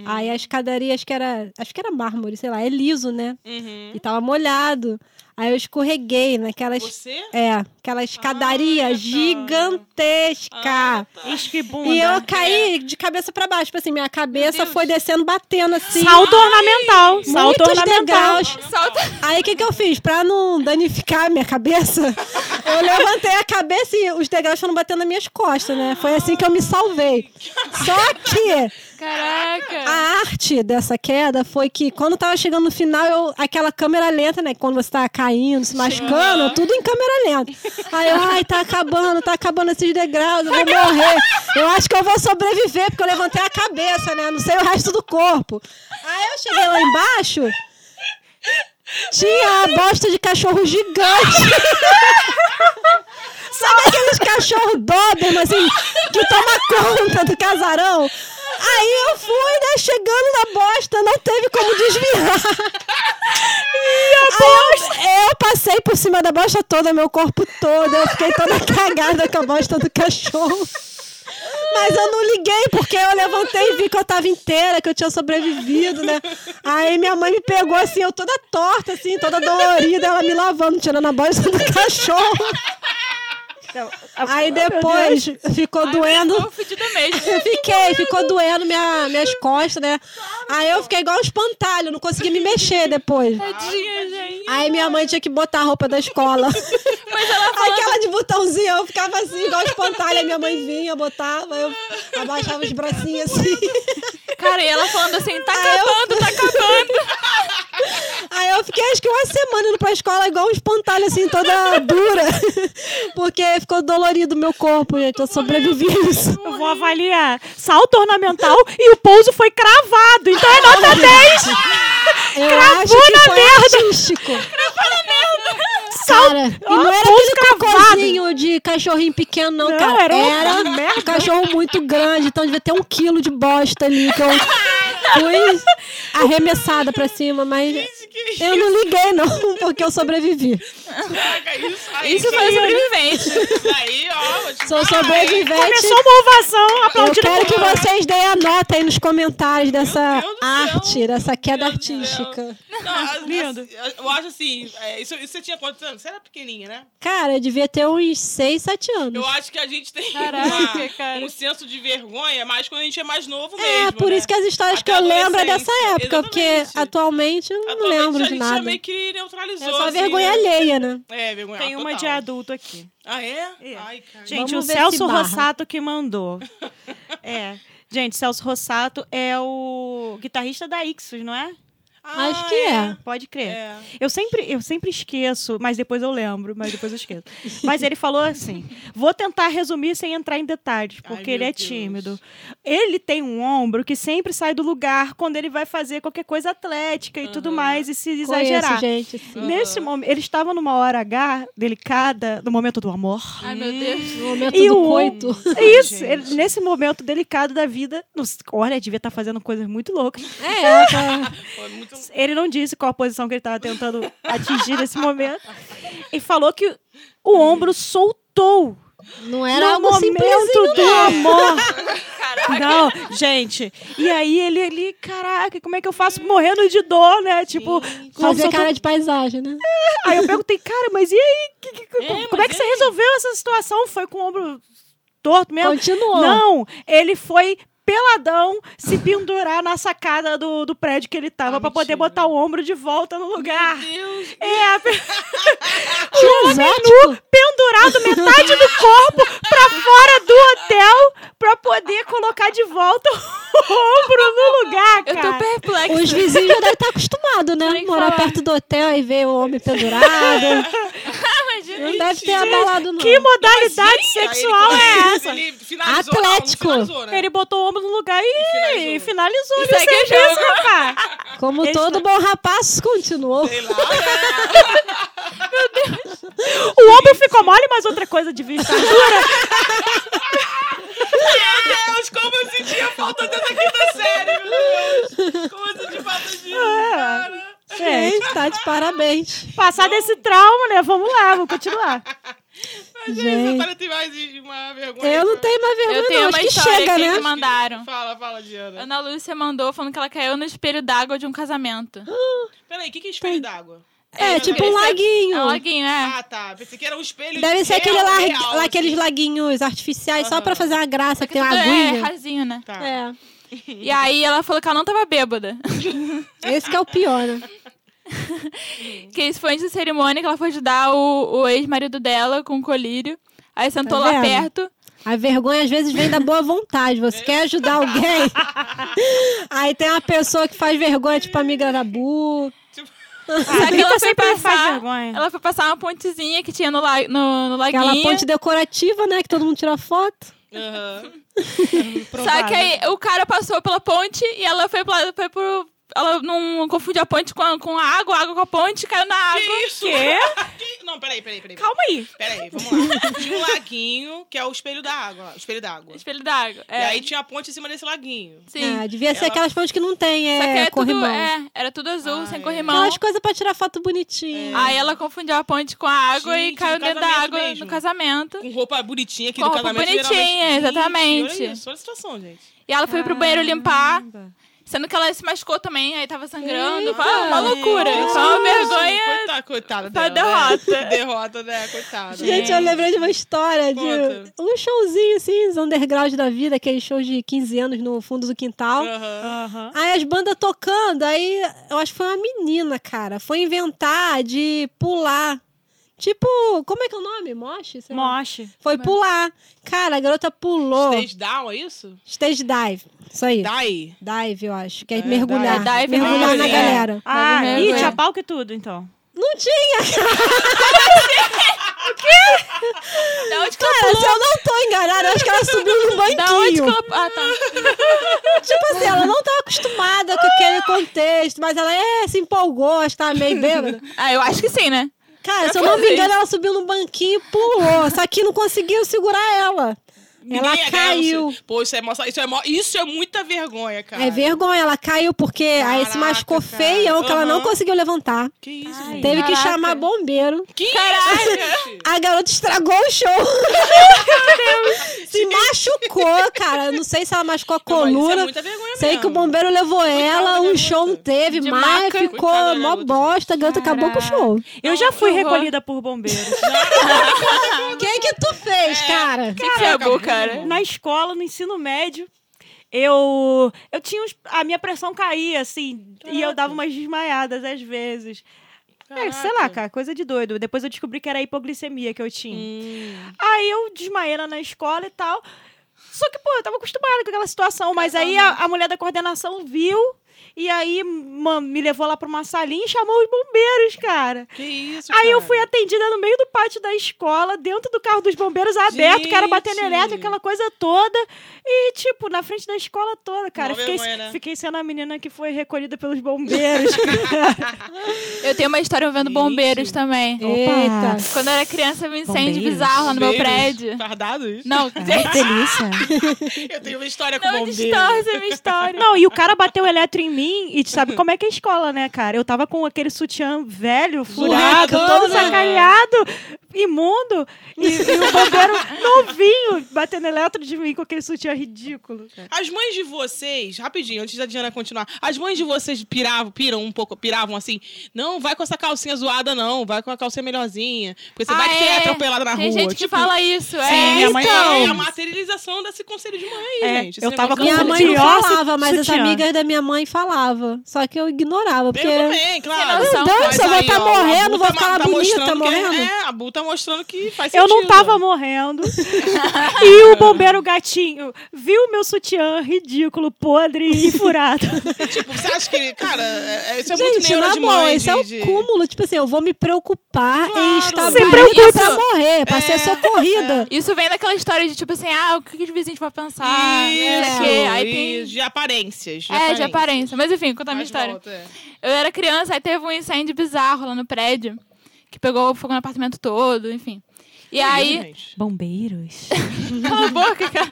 Aí a escadaria, acho que era, acho que era mármore, sei lá, é liso, né? Uhum. E tava molhado. Aí eu escorreguei naquelas Você? é, aquela escadaria tá. gigantesca. Ah, tá. Esquibunda. E eu assim, caí de cabeça pra baixo, tipo assim, minha cabeça Deus. foi descendo, batendo assim. Salto ornamental. Salto Muitos ornamental. degraus. Solta. Aí o que, que eu fiz? Pra não danificar a minha cabeça, eu levantei a cabeça e os degraus foram batendo nas minhas costas, né? Foi assim que eu me salvei. Só que Caraca. a arte dessa queda foi que quando tava chegando no final, eu- aquela câmera lenta, né? Quando você tá caindo, se machucando, tudo em câmera lenta. Aí eu, ai, tá acabando, tá acabando esses degraus, eu vou morrer. Eu acho que eu vou sobreviver, porque eu levantei a cabeça, né? Não sei o resto do corpo. Aí eu cheguei lá embaixo. Tinha a bosta de cachorro gigante. Sabe aqueles cachorros Doberman, assim, que toma conta do casarão? Aí eu fui, né, chegando na bosta, não teve como desviar. Aí eu, eu passei por cima da bosta toda, meu corpo todo, eu fiquei toda cagada com a bosta do cachorro. Mas eu não liguei, porque eu levantei e vi que eu tava inteira, que eu tinha sobrevivido, né? Aí minha mãe me pegou assim, eu toda torta, assim, toda dolorida, ela me lavando, tirando a bosta do cachorro. Aí depois ficou doendo. Ficou fedida mesmo. Eu fiquei, ficou doendo minha, minhas costas, né? Aí eu fiquei igual um espantalho, não consegui me mexer depois. Tadinha, gente. Aí minha mãe tinha que botar a roupa da escola. Aquela de botãozinho, eu ficava assim, igual um espantalho. Aí minha mãe vinha, botava, eu abaixava os bracinhos assim. Cara, e ela falando assim, tá Ah, eu- acabando, tá acabando. Aí eu fiquei acho que uma semana indo pra escola igual um espantalho, assim, toda dura. Porque ficou dolorido o meu corpo, gente. Eu sobrevivi a isso. Eu vou avaliar. Salto ornamental e o pouso foi cravado. Então é nota 10. Eu Cravou acho que na foi merda. artístico. Salto. Cara, e Ó, não era pouso aquele cocôzinho de cachorrinho pequeno, não, Não, cara. era uma um cachorro muito grande, então devia ter um quilo de bosta ali. Que eu fui arremessada pra cima, mas é Que eu não liguei, não, porque eu sobrevivi. caraca, isso aí. Isso um foi sobrevivente. isso aí, ó. vou te Sou falar, hein? sobrevivente. Começou um uma ovação Eu aplaudindo. quero que por- vocês deem a nota aí nos comentários dessa Deus do céu. arte, dessa queda Meu Deus. artística. Não, a- a- Lindo. eu acho assim, é, isso, isso você tinha quantos anos? Você era pequenininha, né? Cara, eu devia ter uns 6, 7 anos. Eu acho que a gente tem Caraca, uma- cara. um senso de vergonha, mas quando a gente é mais novo mesmo, É, por né? isso que as histórias Até que eu a lembro é adolescência. dessa época, porque Exatamente. atualmente eu não Atualmente lembro a de gente nada. já meio que neutralizou. É só assim, vergonha né? alheia, né? É, vergonha Tem uma total. de adulto aqui. Ah, é? É. Ai, cara. Gente, Vamos o ver se Celso barra. Rossato que mandou. É. Gente, Celso Rossato é o guitarrista da Ixos, não é? Ah, acho que é. Pode é. crer. É. Eu sempre, eu sempre esqueço, mas depois eu lembro, mas depois eu esqueço. mas ele falou assim: vou tentar resumir sem entrar em detalhes, Ai, porque meu ele é Deus. tímido. Ele tem um ombro que sempre sai do lugar quando ele vai fazer qualquer coisa atlética e tudo mais e se Conheço, exagerar. gente. Sim. Nesse momento, ele estava numa hora H delicada, no momento do amor. Ai, meu Deus. No momento E do o- coito. É Isso, gente. ele- né? nesse momento delicado da vida, nos- olha, devia estar fazendo coisas muito loucas. É, tá. Foi muito... Ele não disse qual a posição que ele estava tentando atingir nesse momento. E falou que o ombro soltou não era no algo assim simples. momento do amor. Caraca. Não, gente. E aí ele ali, caraca, como é que eu faço morrendo de dor, né? Tipo, quando Fazer soltou- cara de paisagem, né? aí eu perguntei, cara, mas e aí? Que- que- que- É, como mas é que você resolveu essa situação? Foi com o ombro torto mesmo? Continuou. Não, ele foi peladão se pendurar na sacada do, do prédio que ele tava Ah, pra poder mentira. botar o ombro de volta no lugar. Deus. É, pe- Tinha um exótico. pendurado metade do corpo pra fora do hotel pra poder colocar de volta o ombro no lugar, Eu tô cara. perplexa. Os vizinhos já devem estar acostumados, né? Nem Morar falar. perto do hotel e ver o homem pendurado. Não deve ter abalado, não. Que modalidade Aí ele- sexual é essa? Ele finalizou, não, Atlético. Não, finalizou, né? Ele botou o ombro no lugar E e, e finalizou E ali o segue o serviço, jogo. rapaz. Como Eles todo não- bom rapaz, continuou. Sei lá, né? O ombro ficou mole, mas outra coisa de vista. Meu Deus, como eu sentia falta dessa quinta série, meu Deus. Como eu senti falta disso, cara. É. Gente, tá de parabéns. Passar desse trauma, né? Vamos lá, vamos continuar. Gente, agora tem mais de- uma vergonha. Eu não tenho mais vergonha, Eu tenho não. uma Acho que história chega, que né? me mandaram. Fala, fala, Diana. Ana Lúcia mandou falando que ela caiu no espelho d'água de um casamento. Peraí, o que, que é espelho d'água? É, tipo um Esse é- laguinho. É um laguinho, é. Ah, tá. Pensei que era um espelho. Deve ser aquele real, lar- real, lá, aqueles assim. laguinhos artificiais só pra Aham. fazer uma graça, que tem uma É, agulha. rasinho, né? Tá. É, E aí ela falou que ela não tava bêbada. esse que é o pior, né? Que isso foi antes da cerimônia que ela foi ajudar o, o ex-marido dela com um colírio. Aí sentou Tá lá vendo? perto. A vergonha às vezes vem da boa vontade. Você quer ajudar alguém? Aí tem uma pessoa que faz vergonha, tipo a amiga da Bu. Só que ela foi sempre me faz passar. vergonha. Ela foi passar uma pontezinha que tinha no, la, no, no laguinho. É. Aquela ponte decorativa, né? Que todo mundo tira foto. Aham. Só que é né? aí o cara passou pela ponte e ela foi, pra, foi pro. Ela não confundiu a ponte com a, com a água, a água com a ponte, caiu na água. Que isso? é. Quê? Que- Não, peraí, peraí, peraí. Calma aí. Peraí, vamos lá. Tinha um laguinho, que é o espelho da água. lá, O espelho da água. Espelho d'água. É. E aí tipo, tinha a ponte em cima desse laguinho. Sim. Ah, devia ser Ela- aquelas pontes que não tem, Só que é, era tudo, corrimão. é, era tudo azul, Ah, sem é. corrimão. Aquelas coisas pra tirar foto bonitinha. Aí ela confundiu a ponte com a água Gente, e caiu no dentro da casamento água mesmo. no casamento. Com roupa bonitinha aqui Com do roupa casamento. bonitinha, geralmente- exatamente. Gente, Olha isso, olha a situação, gente. E ela foi pro banheiro limpar, Caramba. sendo que ela se machucou também, aí tava sangrando. Foi Eita! uma loucura. Gente, Foi uma olha isso. vergonha. Coitada, coitada Foi dela, né? derrota. Derrota, né? Coitada. Gente, eu lembrei de uma história de Conta. um showzinho, assim, os underground da vida, aqueles shows de 15 anos no fundo do quintal. Aham. Aham. Aí as bandas tocando, aí eu acho que foi uma menina, cara. Foi inventar de pular. Tipo, como é que é o nome? Moche? sei lá. Moche. Foi pular. Cara, a garota pulou. Stage, Stage down, é isso? dive. Isso aí. Dai. Dive, eu acho. Que é, É, mergulhar. dive. É, dive mergulhar mesmo, na é. galera. Ah, Deve ih, vergonha. tinha palco e tudo, então. Não tinha. Da onde que ela Cara, se eu não tô enganada, eu acho que ela subiu no banquinho. Da onde que ela. Ah, tá. Tipo assim, ela não tava acostumada com aquele contexto, mas ela é, se empolgou, acho que tava meio bêbada. Ah, eu acho que sim, né? Cara, se eu não me engano, ela subiu no banquinho e pulou. Só que não conseguiu segurar ela. ela Ninguém é caiu. garoto. Pô, isso é, moça- isso, é, mo- isso é muita vergonha, cara. É vergonha, ela caiu porque aí se Caraca, machucou cara. feião que ela não Aham. conseguiu levantar. Que isso, Ai. gente? Teve que Caraca. chamar bombeiro. Que Caraca. gente? A garota estragou o show. se machucou, cara. Eu Não sei se ela machucou a Não, mas isso é coluna. muita vergonha sei que o mesmo. bombeiro levou ela, da o garota. show não teve De mais, maca. ficou Coitada da mó garota, bosta. A garota acabou com o show. Eu já fui que horror. recolhida por bombeiros. O que que tu fez, cara? O que que você Caraca, é, cara? na escola, no ensino médio, eu eu tinha uns- a minha pressão caía assim, e eu dava umas desmaiadas às vezes. É, sei lá, Caraca. cara, coisa de doido. Depois eu descobri que era hipoglicemia que eu tinha. Hum. Aí eu desmaiei lá na escola e tal. Só que, pô, eu tava acostumada com aquela situação. Mas aí a, a mulher da coordenação viu e aí ma- me levou lá pra uma salinha e chamou os bombeiros, cara. Que isso, Aí eu cara? fui atendida no meio do pátio da escola, dentro do carro dos bombeiros aberto, o cara batendo Gente! elétrico, aquela coisa toda. E, tipo, na frente da escola toda, cara. Mó Fiquei, vergonha, né? fiquei sendo a menina que foi recolhida pelos bombeiros. Eu tenho uma história vendo bombeiros Gente. também. Eita. Quando eu era criança, eu vi um incêndio Bombeiros? bizarro lá no meu Bombeiros? prédio. Fardados? Não, gente, delícia. Eu tenho uma história com não é bombeiro. distorce a minha história. Uhum. Não, e o cara bateu elétrico em mim e sabe como é que é a escola, né, cara? Eu tava com aquele sutiã velho, furado, Buracão, todo né? sacaneado, imundo, e, e o bombeiro novinho batendo elétrico de mim com aquele sutiã ridículo. cara. As mães de vocês, rapidinho, antes da Diana continuar, as mães de vocês piravam, piram um pouco, piravam assim, não vai com essa calcinha zoada, não, vai com a calcinha melhorzinha, porque você Ah, vai é. ser atropelada na Tem rua. gente que tipo, fala isso, é. Sim, minha mãe fala então, é isso. a materialização desse conselho de mãe, É, gente. eu Esse tava negócio- com Minha Não, mãe não sutiã, falava, mas as sutiã. amigas da minha mãe falavam. Só que eu ignorava, porque... Eu também, claro. Sem noção. Não, Mas só vou aí, tá ó, a Bu morrendo, vou tá- ficar tá bonita, mostrando que- morrendo. É, a Bu tá mostrando que faz Eu não sentido. tava morrendo. e o bombeiro gatinho viu meu sutiã ridículo, podre e furado. Tipo, você acha que, cara, é- é- isso é muito Gente, neura na de boa, mãe. isso é de- o de- cúmulo. Tipo assim, eu vou me preocupar em Claro. estar Se bonita preocupa. pra morrer, pra ser É, socorrida. Isso vem daquela história de tipo assim, ah, o que que os vizinhos vão pensar? não sei o Isso, quê. tá, né, Aí e tem. de aparências. É, de aparência. Mas enfim, contar a minha Mas história. volta, é. Eu era criança, aí teve um incêndio bizarro lá no prédio, que pegou fogo no apartamento todo, enfim. E aí. Gente, Bombeiros. Cala a boca, cara.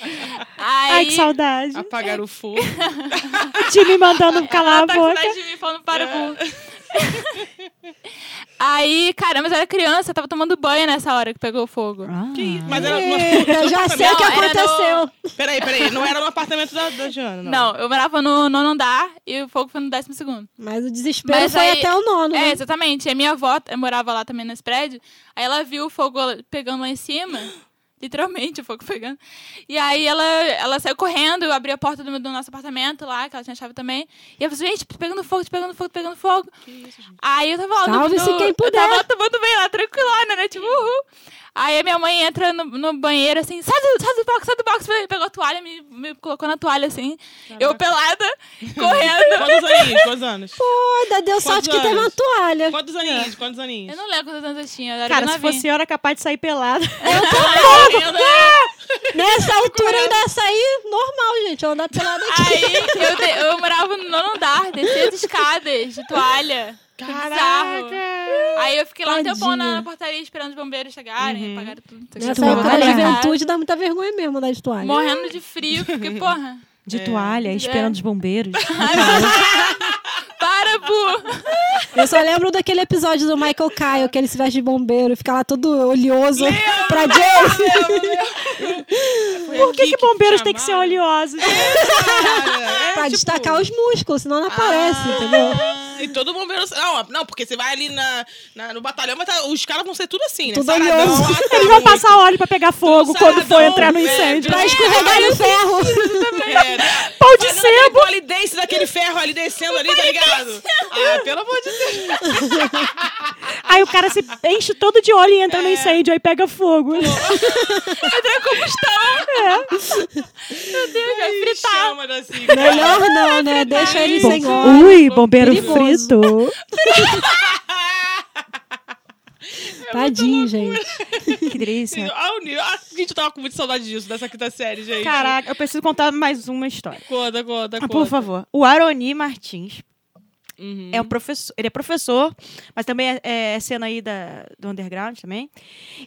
Aí. Ai, que saudade. Apagaram o fogo. O time mandando calar a Ela tá com boca. saudade de mim falando para o Aí, cara, mas eu era criança, eu tava tomando banho nessa hora que pegou fogo. Ah, Que isso? Mas era no Eita, já sei o que Não, era no- aconteceu. Peraí, peraí. Não era no apartamento da, da Joana, não. Não, eu morava no nono andar e o fogo foi no décimo segundo. Mas o desespero Mas foi aí- até o nono. É, né? exatamente. E a minha avó eh, morava lá também nesse prédio. Aí ela viu o fogo pegando lá em cima. Literalmente, o fogo pegando. E aí ela, ela saiu correndo, eu abri a porta do, meu- do nosso apartamento lá, que ela tinha chave também. E eu falei, gente, tá pegando fogo, tá pegando fogo, tá pegando fogo. Aí eu tava lá no- Salve-se no- quem Eu tava puder. tomando bem lá, tranquilona, né? Tipo, uhul. Aí a minha mãe entra no, no banheiro assim, sai do, sai do box, sai do box. Pegou a toalha, me, me colocou na toalha assim. Eu pelada, correndo. Quantos aninhos? Quantos anos? Ainda deu sorte que teve uma anos? toalha. Quantos aninhos? Quantos aninhos? Eu não lembro quantos anos eu tinha, eu era Cara, bem se fosse novinha. eu, era capaz de sair pelada. Eu não- Nessa altura ainda ia sair normal, gente. Eu andar pelada aqui. Aí eu, de- eu morava no nono andar, descia as escadas de toalha. Foi bizarro. Aí eu fiquei lá um tempão na Tadinha. Uhum. portaria esperando os bombeiros chegarem, apagaram tudo. não sei o que, Nessa época da tava lá, juventude Uhum. dá muita vergonha mesmo andar de toalha. Morrendo de frio, porque, porra, É. De toalha, esperando os bombeiros. para, bu! Eu só lembro daquele episódio do Michael Kyle, que ele se veste de bombeiro e fica lá todo oleoso pra James. Por que, que bombeiros têm que ser chamava? né? oleosos? Cara, é, pra tipo, destacar os músculos, senão não aparece, entendeu? ah, E todo bombeiro. Não, não, porque você vai ali na, na- no batalhão, mas tá- os caras vão ser tudo assim, né? Tudo Saradão, oleoso. latão, Eles vão passar óleo pra pegar fogo quando for saradão, entrar no velho. incêndio. Pra escorregar no ferro. É, né? Pau de Fazendo sebo! aquele pole dance daquele ferro ali descendo ali, tá ligado? Ah, pelo amor de Deus. Aí o cara se enche todo de óleo e entra É. no incêndio, aí pega fogo. Ai, chama assim. Melhor não, né? Deixa ele Bom, sem óleo. É Ui, bombeiro Perigoso. frito. é Tadinho, gente. Que delícia. Olha o nível. Ah, gente, eu tava com muita saudade disso, dessa quinta série, gente. Caraca, eu preciso contar mais uma história. Conta, conta, conta. Ah, Por favor. O Aroni Martins Uhum. é um professor. Ele é professor, mas também é, é cena aí da, do underground também.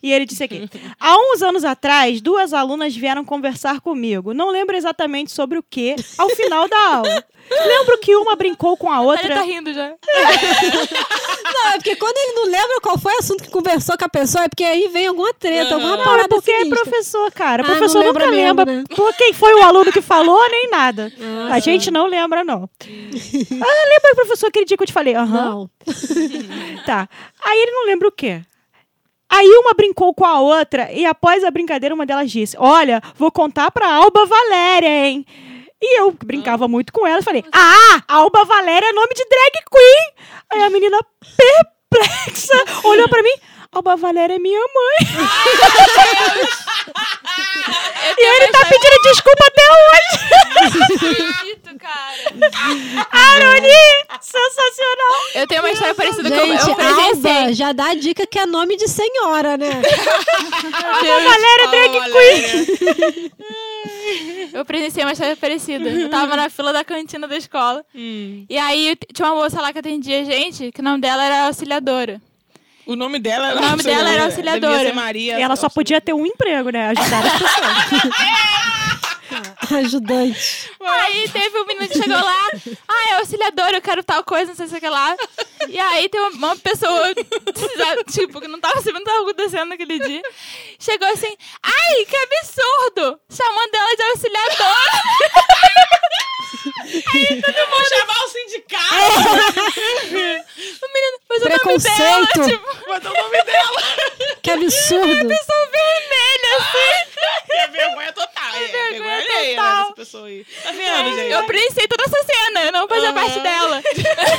E ele disse aqui: há uns anos atrás, duas alunas vieram conversar comigo. Não lembro exatamente sobre o que, ao final da aula. Lembro que uma brincou com a Ele tá outra. rindo já. Não, é porque quando ele não lembra qual foi o assunto que conversou com a pessoa, é porque aí vem alguma treta, alguma Não, é parada porque é sinistra. professor, cara. Ah, professor não lembra nunca mesmo, lembra né? pô, quem foi o aluno que falou, nem nada. a gente não lembra, não. ah, lembra, professor, aquele dia que eu te falei? Aham. Não. Tá. Aí ele não lembra o quê? Aí uma brincou com a outra e após a brincadeira uma delas disse: "Olha, vou contar pra Alba Valéria, hein?" E eu que brincava muito com ela, falei: "Ah, Alba Valéria é nome de drag queen". Aí a menina perplexa olhou pra mim: "Alba Valéria é minha mãe". Eu E tenho ele uma tá história- pedindo desculpa até hoje. Não acredito, cara. Aroni, sensacional. Eu tenho uma história parecida é com eu Gente, Alba presenciei. já dá a dica que é nome de senhora, né? Alba Valéria é drag Fala, queen. Valéria. Eu presenciei uma história parecida. Eu tava na fila da cantina da escola. Hum. E aí t- tinha uma moça lá que atendia a gente, que o nome dela era auxiliadora. O nome dela era O nome dela era Devia auxiliadora. ser Maria. E ela só podia ter um emprego, né? Ajudar as pessoas. Ajudante. Aí teve um menino que chegou lá, ah, é auxiliadora, eu quero tal coisa, não sei se o que lá. E aí tem uma- uma pessoa, tipo, que não tava sabendo o que tava acontecendo naquele dia. Chegou assim, ai, que absurdo! Chamando ela de auxiliadora. Eu vou chamar o É. sindicato. né? O menino, mas o nome dela, Preconceito. tipo, Botou o nome dela. Que absurdo. pessoa vermelha, assim. É vergonha total. É, vergonha vergonha alheia, né, total. dessa pessoa aí. Tá É. vendo, gente? Eu presenciei toda essa cena, eu não fazia Aham. parte dela.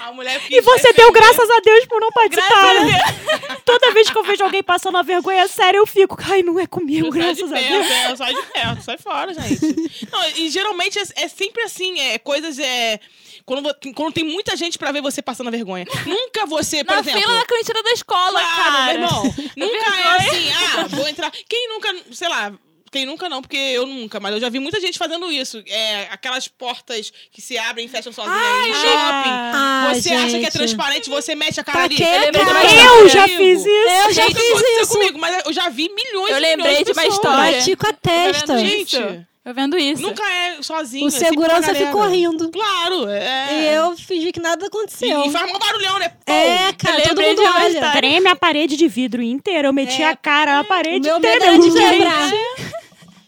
A mulher assim, E você deu graças a Deus por não participar. né? Graças a Toda vez que eu vejo alguém passando uma vergonha séria, eu fico, ai, não é Sai comigo, de graças a Deus. perto, é, sai de perto, sai fora, gente. Não, e geralmente é, é sempre assim, é coisas. É, quando, vo- quando tem muita gente pra ver você passando vergonha. Nunca você, por Na exemplo. fila da cantina da escola, Claro, cara. meu irmão. Nunca é vergonha. assim, ah, vou entrar. Quem nunca, sei lá. Quem nunca não, porque eu nunca, mas eu já vi muita gente fazendo isso. É, aquelas portas que se abrem e fecham sozinhas no shopping. Ah, você acha que é gente. transparente, você mete a cara ali. que, Ele cara? vai fazer Eu já comigo. fiz isso. Eu já Gente, isso fiz aconteceu isso. comigo, mas eu já vi milhões Eu e milhões lembrei de uma pessoas. história. Pratico a Tô testa. Tá vendo Gente. isso. Eu vendo isso. Nunca é sozinho. O é sempre com a segurança galera. ficou rindo. Claro, é. E eu fingir que nada E, aconteceu. e faz mó barulhão, né? Pô, É, Eu cara, todo lembrei mundo de uma olha. história. Treme a parede de vidro inteira. Eu meti a cara na parede Meu medo inteira. era de eu tremi. quebrar.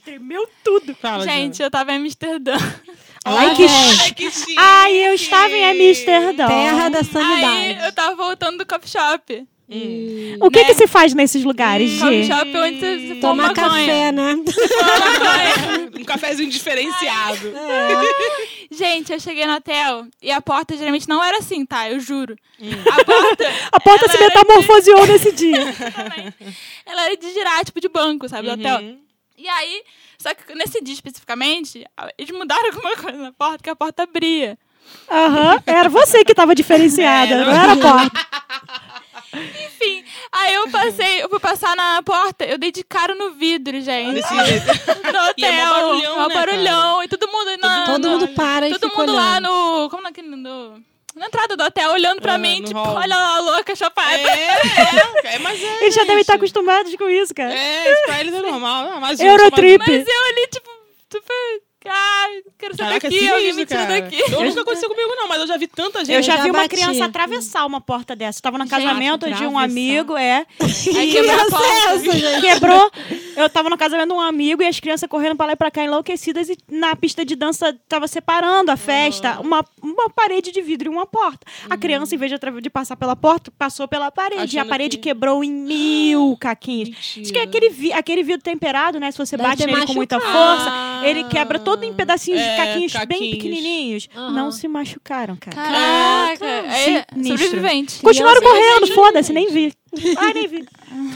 Tremeu tudo. Fala, Gente, eu tava em Amsterdã. Ai, que Diana. ch... Ai, que chique. Ai, eu estava em Amsterdã. Terra da Aí sanidade. eu tava voltando do coffee shop. Hum. O que né? Hum, que se faz nesses lugares, Coffee Gi? shop onde você você Tomar fuma maconha. café, né? Um cafezinho diferenciado. Gente, eu cheguei no hotel e a porta geralmente não era assim, tá? Eu juro. Hum. A porta A porta Ela se era metamorfoseou nesse dia. também. Ela era de girar, tipo, de banco, sabe? Uhum. Do hotel. E aí, só que nesse dia especificamente, eles mudaram alguma coisa na porta, que a porta abria. Aham. Era você que tava diferenciada, não era a porta. Enfim, aí eu passei, eu fui passar na porta, eu dei de cara no vidro, gente. Desse jeito. No hotel. E é mó barulhão, mó né, barulhão, E todo mundo na, Todo na- mundo para e Ah, Todo fica mundo lá olhando. no. Como naquele. No, na entrada do hotel, olhando pra Ah, mim, no tipo, hall. olha lá, louca, chapada. É, é, é, mas é. Eles já devem gente. estar acostumados com isso, cara. É, isso pra eles é normal. Ah, mais um, Eurotrip. Mas eu ali, tipo, super. Ai, quero sair Caraca, é daqui, alguém me sinistro, tira cara. daqui. Eu nunca aconteceu comigo, não, mas eu já vi tanta gente. Eu já já vi uma bati. criança atravessar uma porta dessa. Eu tava no Gente, casamento de um atravessar. amigo, é. Aí E quebrou a essa- porta. Quebrou. Eu tava no casamento de um amigo e as crianças correndo pra lá e pra cá enlouquecidas e na pista de dança tava separando a festa, uma, uma parede de vidro e uma porta. A criança, em vez de, atra- de passar pela porta, passou pela parede. e a Achando parede que- quebrou em mil caquinhos. Diz que é Mentira. aquele, vi- aquele vidro temperado, né? Se você Deve bate ter nele com muita machucado. força, ele quebra todo em pedacinhos É, de caquinhos, bem caquinhos. pequenininhos. Aham. Não se machucaram, cara. Caraca, é sinistro. sobrevivente. Continuaram Criança, correndo, gente, foda-se, nem vi. Ai, nem vi.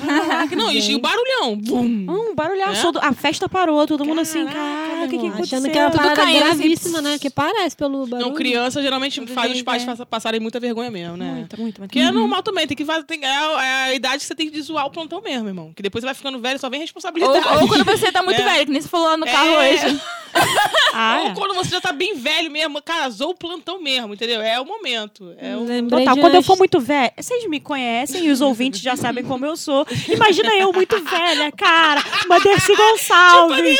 Caraca, Ah, não, e o barulhão. Bum. Hum, barulhaço. todo- A festa parou, todo mundo assim, cara, o que, que aconteceu? Achando que era uma parada caindo, assim, gravíssima, né? Que parece pelo barulho. Não, criança geralmente Tudo faz bem, os pais né? fa- passarem muita vergonha mesmo, né? Muito, muito, muito. Porque é normal também, tem que fazer, tem, é, a- é a idade que você tem que zoar o plantão mesmo, irmão. Que depois você vai ficando velho, só vem Ou, responsabilidade. ou quando você tá muito É. velho, que nem você falou lá no carro É. hoje. Ah, Ou é. quando você já tá bem velho mesmo, cara, zoa o plantão mesmo, entendeu? É o momento. É o... Lembrei Total, de quando eu for antes. muito velha, vocês me conhecem e os ouvintes já sabem como eu sou. Imagina eu muito velha, cara, uma Dercy Gonçalves.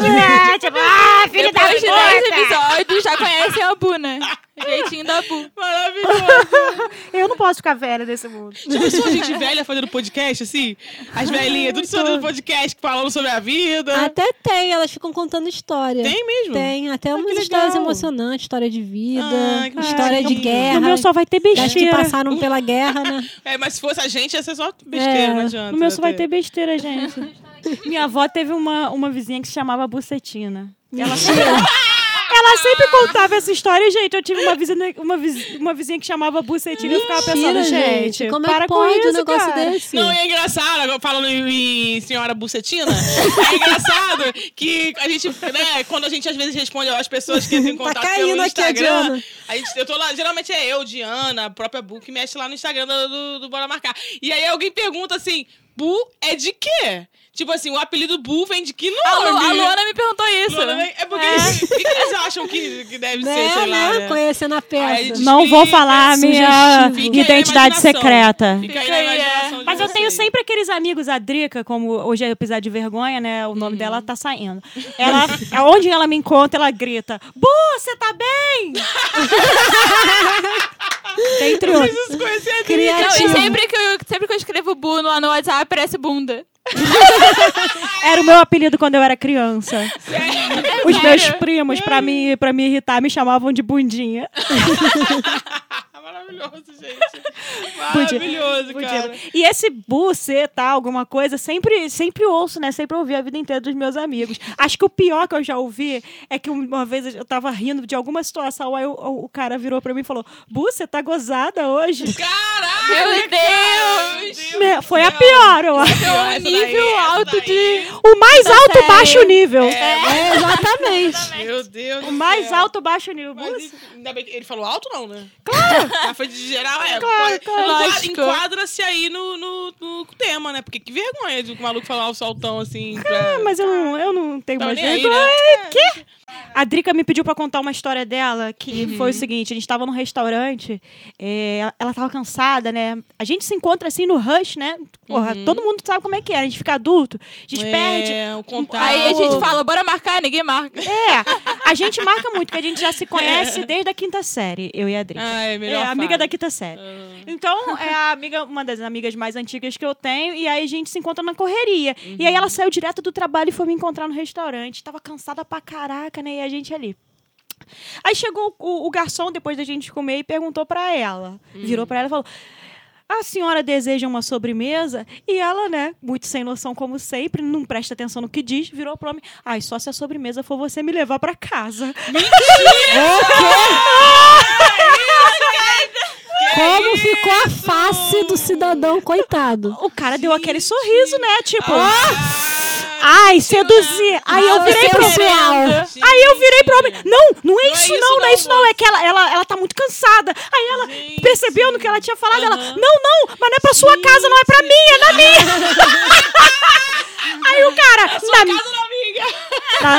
É, tipo, ah, filho da Depois de 10 puta! episódios, já conhece a Abu, né? O jeitinho da Abu. Maravilhoso. Eu não posso ficar velha nesse mundo. Já pensou a gente velha fazendo podcast, assim? As velhinhas, tudo fazendo podcast, falando sobre a vida. Até tem, elas ficam contando história. Tem mesmo? Ah, Tem, até umas que histórias legal. emocionantes, história de vida, Ah, que história legal. de guerra. No meu só vai ter das É, que besteira. passaram pela guerra, né? É, mas se fosse a gente, ia ser só besteira, É, não adianta. né? No meu só vai ter até- besteira, gente. Minha avó teve uma, uma vizinha que se chamava Bucetina. Ela sempre, ela sempre contava essa história, gente. Eu tive uma vizinha, uma vizinha, uma vizinha que chamava Bucetina e eu ficava pensando, Mentira, gente, como é para que pode com isso, um negócio cara. desse? Não, e é engraçado, agora falando em em senhora bucetina, é engraçado que a gente, né, quando a gente às vezes responde às pessoas que entram em Tá contato caindo pelo aqui a Instagram, Diana. a gente, eu tô lá, geralmente é eu, Diana, a própria Bu, que mexe lá no Instagram do, do, do Bora Marcar. E aí alguém pergunta assim, Bu é de quê? Tipo assim, o apelido Bu vem de que nome? A, Lu, a Luana me perguntou isso. Luana vem- é porque o que, que eles acham que, que deve né? ser, sei lá, né? né? Conhecendo a peça. Aí, gente, Não vou falar a minha Fica aí na identidade é imaginação. secreta. Fica aí Fica na aí, é. imaginação de Mas eu tenho vocês. sempre aqueles amigos, a Drica, como hoje é apesar de vergonha, né? O Uhum. nome dela tá saindo. Ela, onde ela me encontra, ela grita: Bu, você tá bem? Dentre Eu outros. preciso conhecer a Criar- Não, e é Criativo. sempre que, eu, sempre que eu escrevo Bu lá no WhatsApp, aparece bunda. Era o meu apelido quando eu era criança. É. Os sério? meus primos, pra Hum. me, pra me irritar, me chamavam de bundinha. Tá Maravilhoso, gente. Maravilhoso, cara. E esse buceta, alguma coisa, sempre, sempre ouço, né? Sempre ouvi a vida inteira dos meus amigos. Acho que o pior que eu já ouvi é que uma vez eu tava rindo de alguma situação, aí o, o- o cara virou pra mim e falou: Bu, você tá gozada hoje? Caraca! Meu cara, Deus! meu Né? Deus. Foi a pior, eu acho. Essa daí, É um nível essa alto daí. de... O Tá mais alto, baixo nível. É, exatamente. Meu Deus. né? O do mais céu. alto, baixo nível. é. Mas, Buce- enfim, ainda bem que ele falou alto, não, né? Claro! Na frente de geral, é. Claro, pode- claro. enquadra- Lógico. Enquadra-se aí no, no, no tema, né? Porque que vergonha de o maluco falar o um saltão assim. Pra... Ah, Mas eu não, eu não tenho Tava mais tá nem aí, vergonha. né? Que? A Drica me pediu pra contar uma história dela, que foi o seguinte: a gente tava num restaurante, é, ela- ela tava cansada, né? A gente se encontra assim no rush, né? Porra, todo mundo sabe como é que é. A gente fica adulto, a gente perde. É, o contato. Aí a gente fala, bora marcar, ninguém marca. É, a gente marca muito, porque a gente já se conhece desde a quinta série, eu e a Drica. Ah, é melhor é, amiga fase. Ah. da quinta série. Então, é a amiga, uma das amigas mais antigas que eu tenho, e aí a gente se encontra na correria. E Uhum. aí ela saiu direto do trabalho e foi me encontrar no restaurante. Tava cansada pra caraca, né? E a gente ali. Aí chegou o, o garçom, depois da gente comer, e perguntou pra ela. Hum. Virou pra ela e falou. A senhora deseja uma sobremesa e ela, né, muito sem noção como sempre, não presta atenção no que diz, virou pro homem. Ai, só se a sobremesa for você me levar pra casa. Como ficou a face do cidadão, coitado. O cara deu aquele sorriso, né? Tipo, Ah, ai, seduzir. Aí eu virei é pro pessoal. Ah, Aí eu virei pro homem. Não, não é Não é isso, isso não, não é não, isso, não. É que ela, ela, ela tá muito cansada. Aí ela Gente. percebeu no que ela tinha falado. Ela, Aham. não, não, mas não é pra sua casa, não é pra mim, é na minha. Aí o cara, na, Casa da amiga.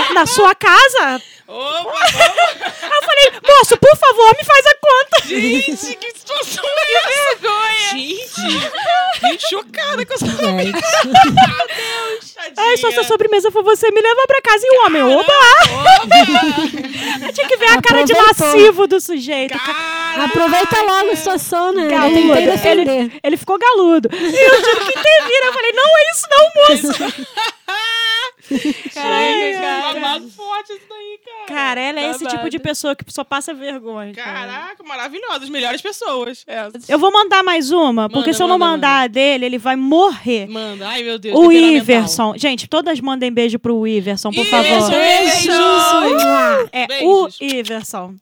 na, na sua casa? Opa, Aí eu falei, moço, por favor, me faz a conta. gente, que situação é essa? Gente, gente chocada com essa amiga. Ai, só se a sobremesa for você, me leva pra casa. E o homem, oba! Tinha que ver a cara de Aproveitou. lascivo do sujeito. Aproveita logo a situação, né? Galudo. Tem que defender. Ele, ele ficou galudo. E eu tive que intervir. Eu falei, não é isso não, moço. Caraca, cara. Babado Tá forte isso daí, cara. Cara, ela é esse Babado. tipo de pessoa que só passa vergonha. cara. Caraca, maravilhosa. As melhores pessoas. É. Essas. Eu vou mandar mais uma, porque Manda, se eu não manda, mandar a dele, ele vai morrer. Manda. Ai, meu Deus. O temperamental. Iverson. Gente, todas mandem beijo pro Iverson, por Iverson, favor. Beijos. Beijos. É, Beijos. o Iverson.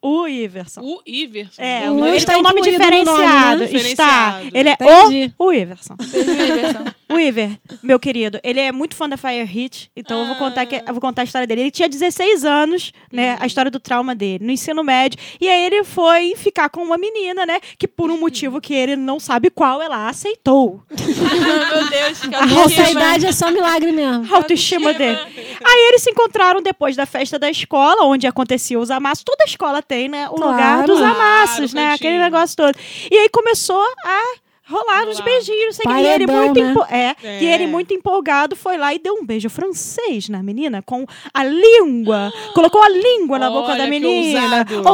O Iverson. O Iverson. É, O o Lu ele está tem um nome incluído no nome, diferenciado. né? Está. Diferenciado. Ele é Entendi. o, o Iverson. Sim, O Iver, meu querido, ele é muito fã da Fire Hit, então eu, vou contar que, eu vou contar a história dele. Ele tinha 16 anos, né? A história do trauma dele, no ensino médio. E aí ele foi ficar com uma menina, né? Que por um motivo que ele não sabe qual, ela aceitou. Meu Deus, que A nossa autoestima. idade é só milagre mesmo. A autoestima dele. Aí eles se encontraram depois da festa da escola, onde acontecia os amassos. Toda escola tem, né? O Claro. lugar dos Claro, amassos, né? cantinho. Aquele negócio todo. E aí começou a rolar uns Rolar. beijinhos, não sei o que. E ele, Paredão, muito né? empo- é, É. e ele muito empolgado foi lá e deu um beijo francês na menina com a língua. Colocou a língua na boca Olha, da que menina. ousado.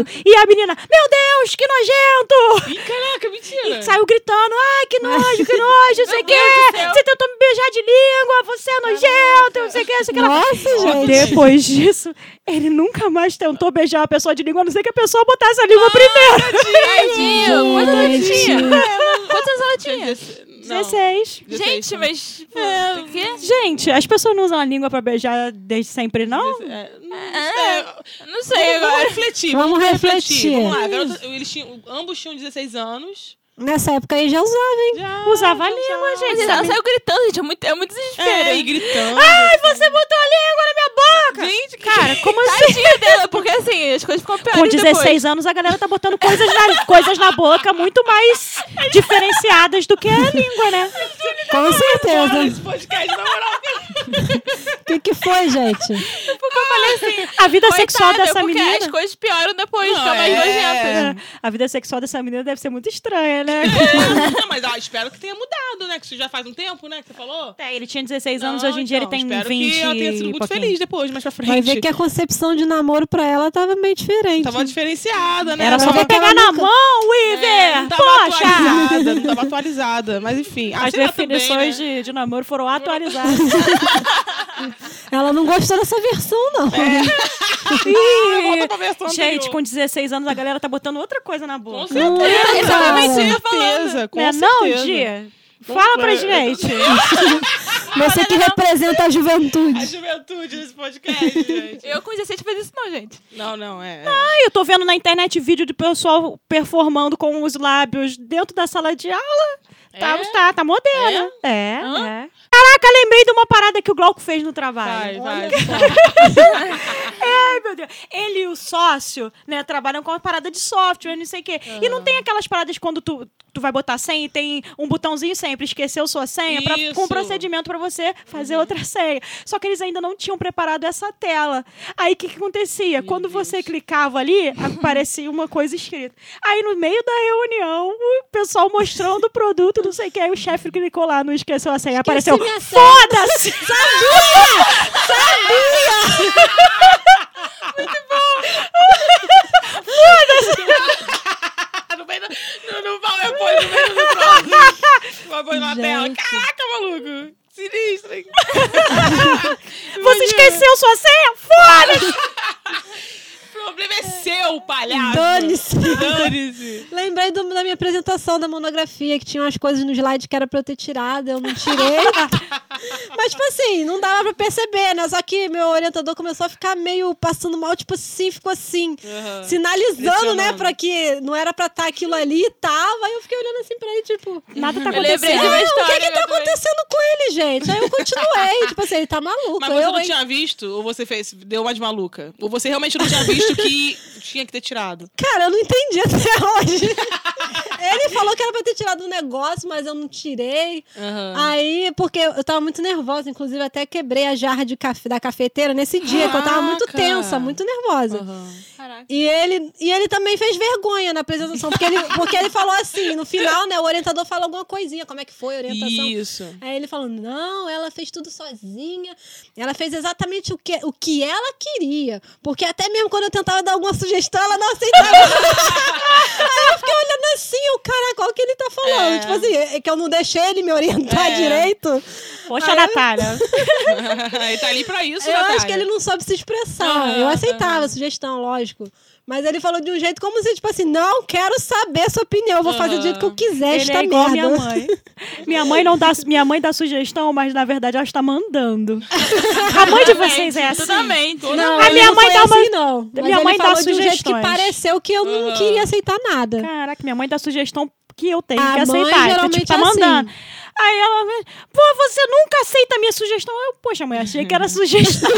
Ousado. E a menina, meu Deus, que nojento! Ih, caraca, mentira. E saiu gritando, ai, que nojo, que nojo, não sei o Meu Deus do quê. céu. Você tentou me beijar de língua, você é nojento, não sei o quê, não sei o que. Ela Nossa, gente. depois disso, ele nunca mais tentou beijar uma pessoa de língua, a não ser que a pessoa botasse a Ah, língua primeiro. é Tadinho, quantos anos ela tinha? Quantos anos ela é? Tinha tinha? dezesse- não, 16. dezesseis, Gente, né? mas... É. O quê? Gente, as pessoas não usam a língua pra beijar desde sempre, não? É, não- Ah. é, Não sei Vamos agora. refletir. Vamos refletir. Vamos lá. garotas- eles tinham, ambos tinham 16 anos. Nessa época aí já usava, hein? Já, Usava a já língua, usava. Mas gente. ela saiu gritando, gente. É muito, é muito desespero. É, e gritando. Ai, você botou a língua na minha boca! Gente, que- Ah! Cara, como assim? Tadinha dela, porque assim, as coisas ficam piores Com 16 anos, a galera tá botando coisas na, coisas na boca muito mais diferenciadas do que a língua, né? Com Bora certeza. esse podcast, na moral. O que, que foi, gente? depois. Porque eu falei assim, A vida coitada, sexual dessa porque menina. as coisas pioram depois, Não, ficam mais é. nojentas. É, A vida sexual dessa menina deve ser muito estranha, né? Não, mas ah, espero que tenha mudado, né? Que isso já faz um tempo, né? Que você falou. É, ele tinha 16 Não, anos, hoje em dia então, ele tem espero 20 que ela tenha sido e muito pouquinho. feliz depois, mais pra frente. Vai ver que a concepção de namoro pra ela tava meio diferente. Tava diferenciada, né? Era só Ela pra vai pegar pegar na nunca. mão, Weaver! É, não tava Poxa! atualizada, não tava atualizada. Mas enfim. ah, As sei lá também, definições né? de, de namoro foram atualizadas. Ela não gostou dessa versão, não. É. Ah, volta pra versão Gente, anterior. com 16 anos a galera tá botando outra coisa na Com boca. certeza. é Exatamente Com isso que eu ia certeza. Com Né? certeza. Não, Dia? Fala pra é. gente. Você que representa a A juventude. juventude nesse podcast, gente. Eu com 16 fazia isso não, gente. Não, não, é. Ai, eu tô vendo na internet vídeo do pessoal performando com os lábios dentro da sala de aula. Tá, É? tá, tá moderna. É, é. Caraca, lembrei de uma parada que o Glauco fez no trabalho. Vai, vai. Ai, meu Deus. Ele e o sócio, né, trabalham com uma parada de software, não sei o quê. E não tem aquelas paradas quando tu, tu vai botar senha e tem um botãozinho sempre, esqueceu sua senha, pra- Isso. com um procedimento pra você fazer outra senha. Só que eles ainda não tinham preparado essa tela. Aí o que, que acontecia? quando você clicava ali, aparecia uma coisa escrita. Aí no meio da reunião, o pessoal mostrando o produto, não sei o quê. Aí o chefe clicou lá, não esqueceu a senha, apareceu. minha senha. Foda-se! Ah, no meio do, no, no PowerPoint, no meio do troço. PowerPoint na tela. Gente. Caraca, maluco. Sinistro, hein? Você esqueceu sua senha? Foda-se! O problema é seu, palhaço. Dane-se. né? Dane-se. Lembrei do- da minha apresentação da monografia, que tinha umas coisas no slide que era pra eu ter tirado, eu não tirei. Mas, tipo assim, não dava pra perceber, né? Só que meu orientador começou a ficar meio passando mal, tipo assim, ficou assim, Aham. sinalizando, né? Pressionando. Pra que não era pra estar aquilo ali e tava. Aí eu fiquei olhando assim pra ele, tipo. Nada tá Eu lembrei acontecendo. de uma "Ah, o história. que que tá minha também. acontecendo com ele, gente? Aí eu continuei, tipo assim, ele tá maluco. Mas você eu, não hein? tinha visto? Ou você fez, deu uma de maluca? Ou você realmente não tinha visto que tinha que ter tirado? Cara, eu não entendi até hoje. ele falou que era pra ter tirado um negócio, mas eu não tirei. Aham. Aí, porque eu tava muito nervosa, inclusive até quebrei a jarra de café, da cafeteira nesse dia, que eu tava muito Caraca! tensa, muito nervosa. Caraca. E ele, e ele também fez vergonha na apresentação, porque ele, porque ele falou assim, no final, né, o orientador falou alguma coisinha, como é que foi a orientação. Isso. Aí ele falou, não, ela fez tudo sozinha, ela fez exatamente o que, o que ela queria, porque até mesmo quando eu tentava dar alguma sugestão, ela não aceitava. Aí eu fiquei olhando assim, o cara, qual que ele tá falando? É. Tipo assim, é que eu não deixei ele me orientar É. direito. Poxa, Natália. ele tá ali pra É isso, Eu Natália. acho que ele não soube se expressar. Aham, eu aceitava a sugestão, lógico. Mas ele falou de um jeito como se, tipo assim, não quero saber sua opinião, vou fazer do jeito que eu quiser, Ele esta é igual merda. minha mãe. Minha mãe não dá, minha mãe dá sugestão, mas na verdade ela está mandando. A mãe de vocês é assim. Totalmente. Não, A ele minha não mãe foi dá uma- assim, não. Mas minha ele mãe dá falou de um jeito que sugestões. pareceu que eu não Aham. queria aceitar nada. Caraca, minha mãe dá sugestão que eu tenho A que mãe aceitar. Então, tipo, geralmente tá é assim. mandando. Aí ela, pô, você nunca aceita a minha sugestão. Eu, poxa, mãe, achei Uhum. que era sugestão.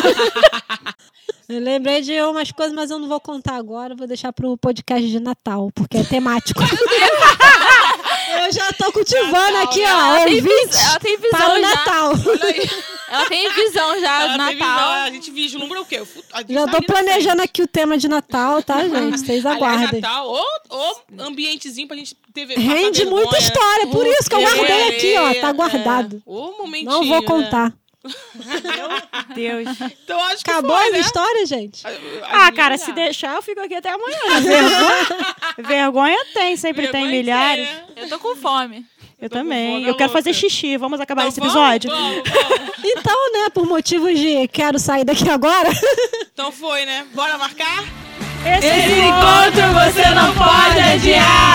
Eu lembrei de umas coisas, mas eu não vou contar agora, eu vou deixar pro podcast de Natal, porque é temático. eu já tô cultivando Natal, aqui, né? ó, Ela tem, é ouvinte vis- ela tem visão para o já. Natal. Olha aí. Ela tem visão já do Ela teve- não, Natal. a gente vislumbra o quê? O fut- a gente Já tá tô ali na planejando frente. aqui o tema de Natal, tá, gente? Vocês Aliás, aguardem. Natal, ou, ou ambientezinho pra gente ter passar Rende vergonha. muita história, por isso que eu Ter guardei aqui, ó, areia, tá é. guardado. Ou momentinho, Não vou né? contar. Deus. Então acho que Acabou foi, a né? história, gente? A- a- Ah, a- cara, se deixar, eu fico aqui até amanhã. Vergonha, vergonha tem, sempre Vergonha é tem milhares. tem, né? Eu tô com fome. Eu tô com também. fome, Eu quero louca. fazer xixi. Vamos acabar Então esse vamos, episódio? vamos, vamos. Então, né, por motivos de quero sair daqui agora, Então foi, né? Bora marcar? Esse, é você não pode adiar.